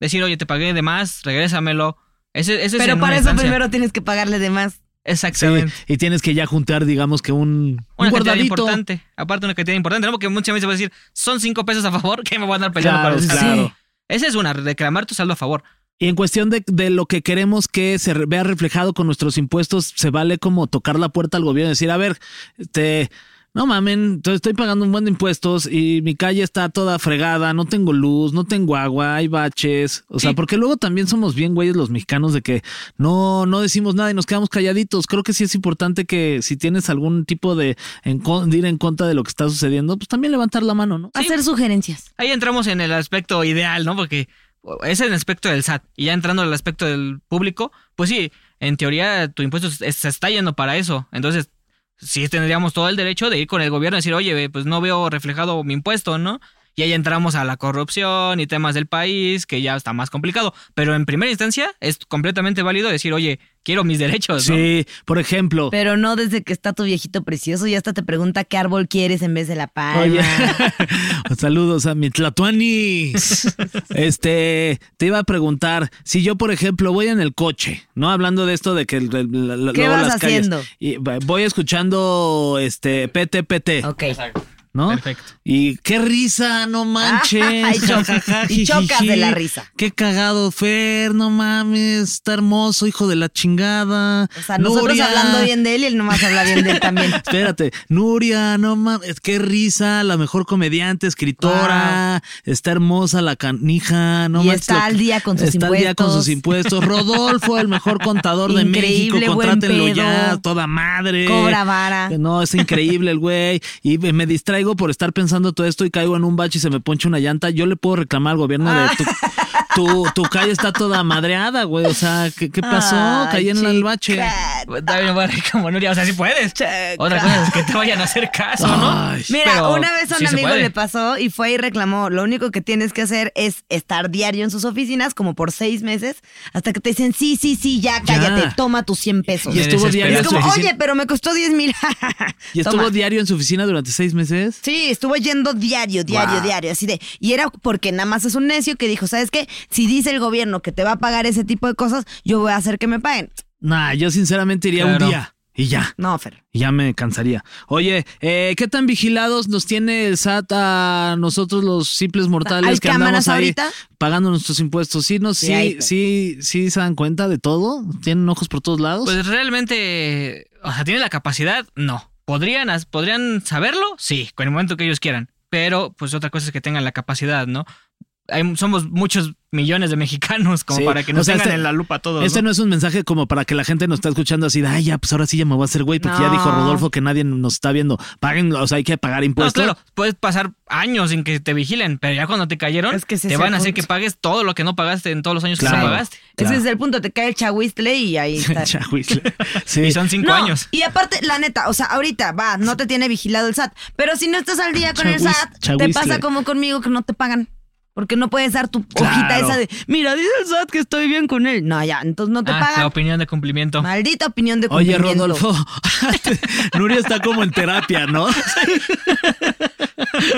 Decir, oye, te pagué de más, regrésamelo. Ese, ese es
[LAUGHS]
en
Pero
una
para eso
instancia.
primero tienes que pagarle de más.
[LAUGHS] Sí,
Exactamente.
y tienes que ya juntar, digamos que un, un
Una cantidad
guardadito.
importante. Aparte, una cantidad importante. No, porque muchas veces vas a decir, son cinco pesos a favor, [LAUGHS] que me voy a andar peleando
Claro,
para buscar.
claro. Sí.
Esa es una, reclamar tu saldo a favor.
Y en cuestión de, de lo que queremos que se re- vea reflejado con nuestros impuestos, se vale como tocar la puerta al gobierno y decir, a ver, este, no mamen, entonces estoy pagando un buen de impuestos y mi calle está toda fregada, no tengo luz, no tengo agua, hay baches. O sea,
Sí.
porque luego también somos bien güeyes los mexicanos de que no, no decimos nada y nos quedamos calladitos. Creo que sí es importante que si tienes algún tipo de, en con- de ir en contra de lo que está sucediendo, pues también levantar la mano, ¿no?
Hacer sugerencias.
Ahí entramos en el aspecto ideal, ¿no? Porque es el aspecto del SAT. Y ya entrando al aspecto del público, pues sí, en teoría tu impuesto se se está yendo para eso. Entonces, sí tendríamos todo el derecho de ir con el gobierno y decir, oye, ve, pues no veo reflejado mi impuesto, ¿no? Y ahí entramos a la corrupción y temas del país, que ya está más complicado. Pero en primera instancia es completamente válido decir, oye, quiero mis derechos, ¿no?
Sí, por ejemplo.
Pero no desde que está tu viejito precioso y hasta te pregunta qué árbol quieres en vez de la palma.
Oye, [LAUGHS] saludos a mi
[LAUGHS]
Tlatuani. Este, te iba a preguntar, si yo, por ejemplo, voy en el coche, ¿no? Hablando de esto de que el- el- la- la-
¿Qué
luego
vas
las calles,
haciendo?
y va- voy escuchando este
[LAUGHS]
PTPT,
Ok.
¿no?
Perfecto.
Y qué risa, no manches.
Ay,
[LAUGHS]
choca-
jajaja,
[LAUGHS] y chocas de la
jijiji.
risa.
Qué cagado, Fer, no mames, está hermoso, hijo de la chingada.
O sea, nosotros
Nuria.
hablando bien de él y él nomás habla bien de él
[LAUGHS]
también.
Espérate, Nuria, no mames, qué risa, la mejor comediante, escritora, está hermosa la canija, no
Y
manches,
está
lo que-
al día con sus
Está al día con sus impuestos. Rodolfo, el mejor contador de México,
Increíble, buen
contrátenlo ya,
pedo.
toda madre.
Cobra vara.
No, es increíble el güey. Y me me distraigo por estar pensando todo esto y caigo en un bache y se me poncha una llanta. Yo le puedo reclamar al gobierno
Ah.
de tu, tu, tu calle está toda madreada, güey. O sea, ¿qué, qué pasó?
Ay,
Caí en el
chica.
bache.
También voy a reír como Nuria, o sea, si puedes. Otra cosa es que te vayan a hacer caso, ¿no?
Ay.
Mira,
Pero
una vez a un
sí se
amigo
puede.
le pasó y fue y reclamó. Lo único que tienes que hacer es estar diario en sus oficinas, como por seis meses, hasta que te dicen, sí, sí, sí, ya, cállate, toma tus 100 pesos.
Y estuvo
desesperé.
diario
Y
en
es
su
como,
oficina.
oye, pero me costó 10 mil. [LAUGHS]
¿Y estuvo
Toma.
diario en su oficina durante seis meses?
Sí, estuvo yendo diario, diario, diario, así de. Y era porque nada más es un necio que dijo, ¿sabes qué? Si dice el gobierno que te va a pagar ese tipo de cosas, yo voy a hacer que me paguen.
Nah, yo sinceramente iría
Claro.
un día y ya.
No, Fer.
y Ya me cansaría. Oye, eh, ¿qué tan vigilados nos tiene el SAT a nosotros los simples mortales
¿Hay
que andamos
cámaras
ahí
ahorita?
pagando nuestros impuestos? Sí, no,
hay,
sí,
pero-
sí, sí se dan cuenta de todo. Tienen ojos por todos lados.
Pues realmente, o sea, ¿tiene la capacidad? No. ¿Podrían, as- ¿Podrían saberlo? Sí, con el momento que ellos quieran. Pero, pues otra cosa es que tengan la capacidad, ¿no? hay- somos muchos millones de mexicanos como
Sí.
para que nos
O sea, [LAUGHS]
tengan
este-
en la lupa todos.
Este no es un mensaje como para que la gente nos está escuchando así de, ay, ya, pues ahora sí ya me voy a hacer güey, porque ya dijo
No.
Rodolfo que nadie nos está viendo. Paguen, o sea, hay que pagar
No,
impuestos.
claro, puedes pasar años sin que te vigilen, pero ya cuando te cayeron,
Es que ese
te
es
van
el
a hacer
punto.
que pagues todo lo que no pagaste en todos los años que
Claro.
no
[LAUGHS]
pagaste.
Claro.
Ese es el punto, te cae el chahuistle y
[LAUGHS]
ahí está.
[LAUGHS]
Chahuizle. Sí.
Y son cinco
No,
años.
Y aparte, la neta, o sea, ahorita va, no te tiene vigilado el SAT. Pero si no estás al día con el
Chahuis-
SAT, te
chahuistle.
pasa como conmigo que no te pagan. Porque no puedes dar tu
Claro.
hojita esa de, mira, dice el SAT que estoy bien con él. No, ya, entonces no te
Ah, la
pagan.
opinión de cumplimiento.
Maldita opinión de
Oye,
cumplimiento.
Rodolfo, [LAUGHS] Nuria está como en terapia, ¿no?
Yo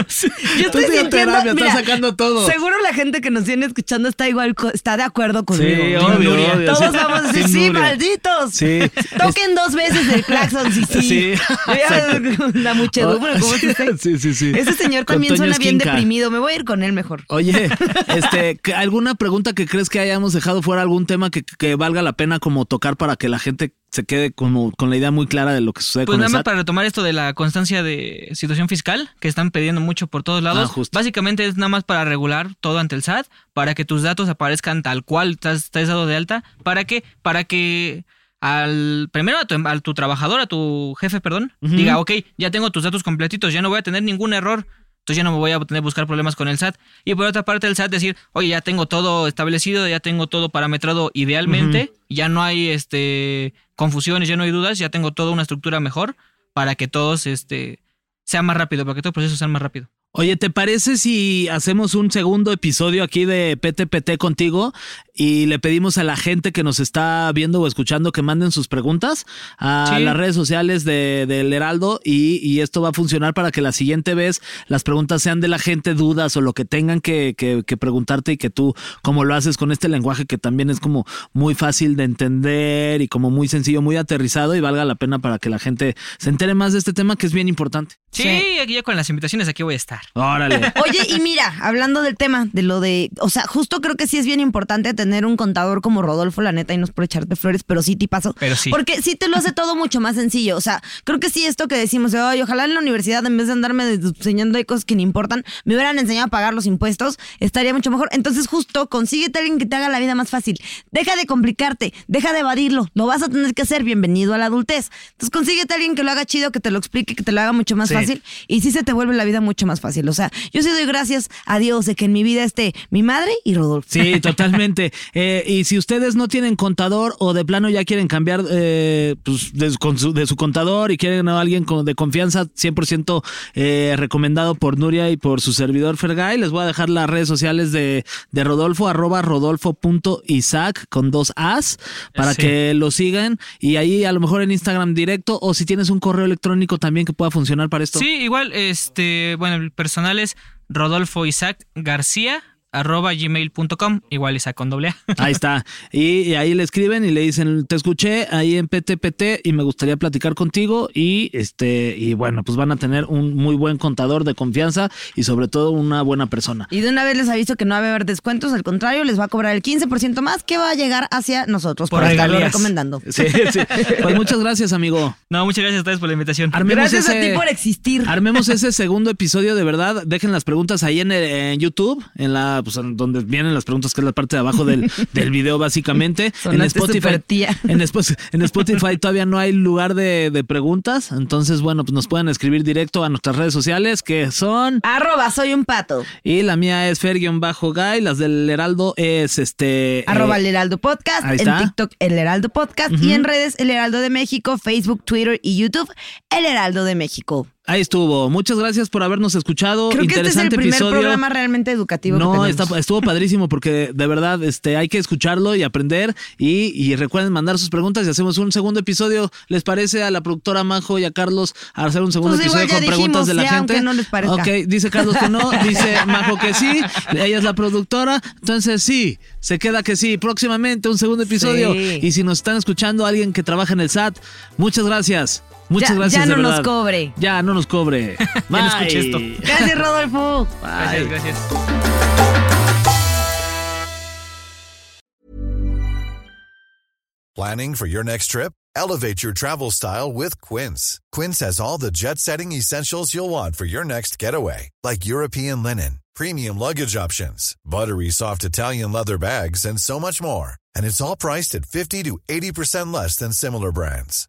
estoy
Estás en
sintiendo-
terapia, está
mira,
sacando todo.
Seguro la gente que nos viene escuchando está igual, co- está de acuerdo conmigo.
Sí,
Team
obvio,
Nuria.
obvio,
Todos
sí.
vamos a decir,
Team
sí,
Nuria.
malditos.
Sí.
Toquen dos veces el claxon, sí, sí. [LAUGHS]
Sí, exacto.
La muchedumbre, ¿cómo se dice?
[LAUGHS] Sí, sí, sí.
Ese señor
Con
también
Toño
suena bien
Esquinca.
deprimido. Me voy a ir con él mejor. [LAUGHS]
Oye, este, ¿que- ¿alguna pregunta que crees que hayamos dejado fuera? ¿Algún tema que, que valga la pena como tocar para que la gente se quede como con la idea muy clara de lo que sucede
Pues
con
nada
el
más
SAT?
para retomar esto de la constancia de situación fiscal, que están pidiendo mucho por todos lados.
Ah, justo.
Básicamente es nada más para regular todo ante el SAT, para que tus datos aparezcan tal cual estás, estás dado de alta. ¿Para qué? Para que al primero a tu, em- a tu trabajador, a tu jefe, perdón,
Ujú.
diga, ok, ya tengo tus datos completitos, ya no voy a tener ningún error. Entonces ya no me voy a tener buscar problemas con el SAT. Y por otra parte, el SAT decir, oye, ya tengo todo establecido, ya tengo todo parametrado idealmente, ya no hay este confusiones, ya no hay dudas, ya tengo toda una estructura mejor para que todos este sea más rápido, para que todo el proceso sea más rápido.
Oye, ¿te parece si hacemos un segundo episodio aquí de PTPT contigo y le pedimos a la gente que nos está viendo o escuchando que manden sus preguntas a
Sí.
las redes sociales de- del Heraldo y, y esto va a funcionar para que la siguiente vez las preguntas sean de la gente, dudas o lo que tengan que, que- que preguntarte y que tú, como lo haces con este lenguaje que también es como muy fácil de entender y como muy sencillo, muy aterrizado y valga la pena para que la gente se entere más de este tema que es bien importante.
Sí, aquí ya con las invitaciones aquí voy a estar.
[LAUGHS]
Órale.
Oye, y mira, hablando del tema, de lo de. O sea, justo creo que sí es bien importante tener un contador como Rodolfo, la neta, y no es por echarte flores, pero sí te paso.
Pero sí.
Porque sí te lo hace todo mucho más sencillo. O sea, creo que sí, esto que decimos, de, "Ay, ojalá en la universidad, en vez de andarme des- enseñando de cosas que ni importan, me hubieran enseñado a pagar los impuestos, estaría mucho mejor. Entonces, justo, consíguete a alguien que te haga la vida más fácil. Deja de complicarte, deja de evadirlo. Lo vas a tener que hacer. Bienvenido a la adultez. Entonces, consíguete a alguien que lo haga chido, que te lo explique, que te lo haga mucho más
Sí.
fácil y sí se te vuelve la vida mucho más fácil. O sea, yo sí doy gracias a Dios de que en mi vida esté mi madre y Rodolfo.
[LAUGHS]
Sí, totalmente. Eh, y si ustedes no tienen contador o de plano ya quieren cambiar eh, pues, de, su, con su- de su contador y quieren a alguien con- de confianza, 100% eh, recomendado por Nuria y por su servidor Fergay, les voy a dejar las redes sociales de, de Rodolfo, arroba rodolfo.isaac con dos as, para
Sí.
que lo sigan y ahí a lo mejor en Instagram directo o si tienes un correo electrónico también que pueda funcionar para esto.
Sí, igual, este, bueno, el personal es Rodolfo Isaac García arroba gmail.com, igual Isaac con doble A. [LAUGHS]
Ahí está. Y, y ahí le escriben y le dicen, te escuché ahí en PTPT y me gustaría platicar contigo. Y este, y bueno, pues van a tener un muy buen contador de confianza y sobre todo una buena persona.
Y de una vez les aviso que no va a haber descuentos, al contrario, les va a cobrar el 15% más que va a llegar hacia nosotros por,
Por
estarlo
regalías.
recomendando.
Sí, sí. Pues muchas gracias, amigo.
No, muchas gracias a ustedes por la invitación.
Armemos
Gracias a
ese-
ti por existir.
Armemos ese segundo episodio, de verdad. Dejen las preguntas ahí en, el- en YouTube, en la, pues, en donde vienen las preguntas, que es la parte de
[LAUGHS]
abajo del, del video, básicamente. En
Sonaste súper
Spotify,
tía.
en, Spo- en Spotify todavía no hay lugar de, de preguntas. Entonces, bueno, pues nos pueden escribir directo a nuestras redes sociales, que son.
Arroba soy un pato.
Y la mía es Fer-Guy, las del Heraldo es este. eh,
Arroba el Heraldo Podcast,
ahí
en
está.
TikTok el Heraldo Podcast y en redes el Heraldo de México, Facebook, Twitter y YouTube el Heraldo de México.
Ahí estuvo. Muchas gracias por habernos escuchado.
Creo que este es el
Interesante
primer
episodio.
programa realmente educativo que
No,
tenemos.
está- estuvo padrísimo porque de verdad este, hay que escucharlo y aprender. Y, y recuerden mandar sus preguntas y hacemos un segundo episodio. ¿Les parece a la productora Majo y a Carlos hacer un segundo
Pues igual
episodio
ya
con preguntas
dijimos,
de la
ya,
gente?
aunque no les parezca.
Ok, dice Carlos
[LAUGHS]
que no, dice Majo que sí. Ella es la productora. Entonces sí, se queda que sí. Próximamente un segundo episodio.
Sí.
Y si nos están escuchando alguien que trabaja en el SAT, muchas gracias. Muchas
Ya- ya
gracias. de
no nos
verdad.
cobre.
Ya no
[LAUGHS]
nos cobre.
no
Bye.
escuché esto.
[LAUGHS]
Gracias, Rodolfo.
Gracias, gracias.
Planning for your next trip? Elevate your travel style with Quince. Quince has all the jet setting essentials you'll want for your next getaway, like European linen,
premium luggage options, buttery soft Italian leather bags, and so much more. And it's all priced at 50 to 80% less than similar brands.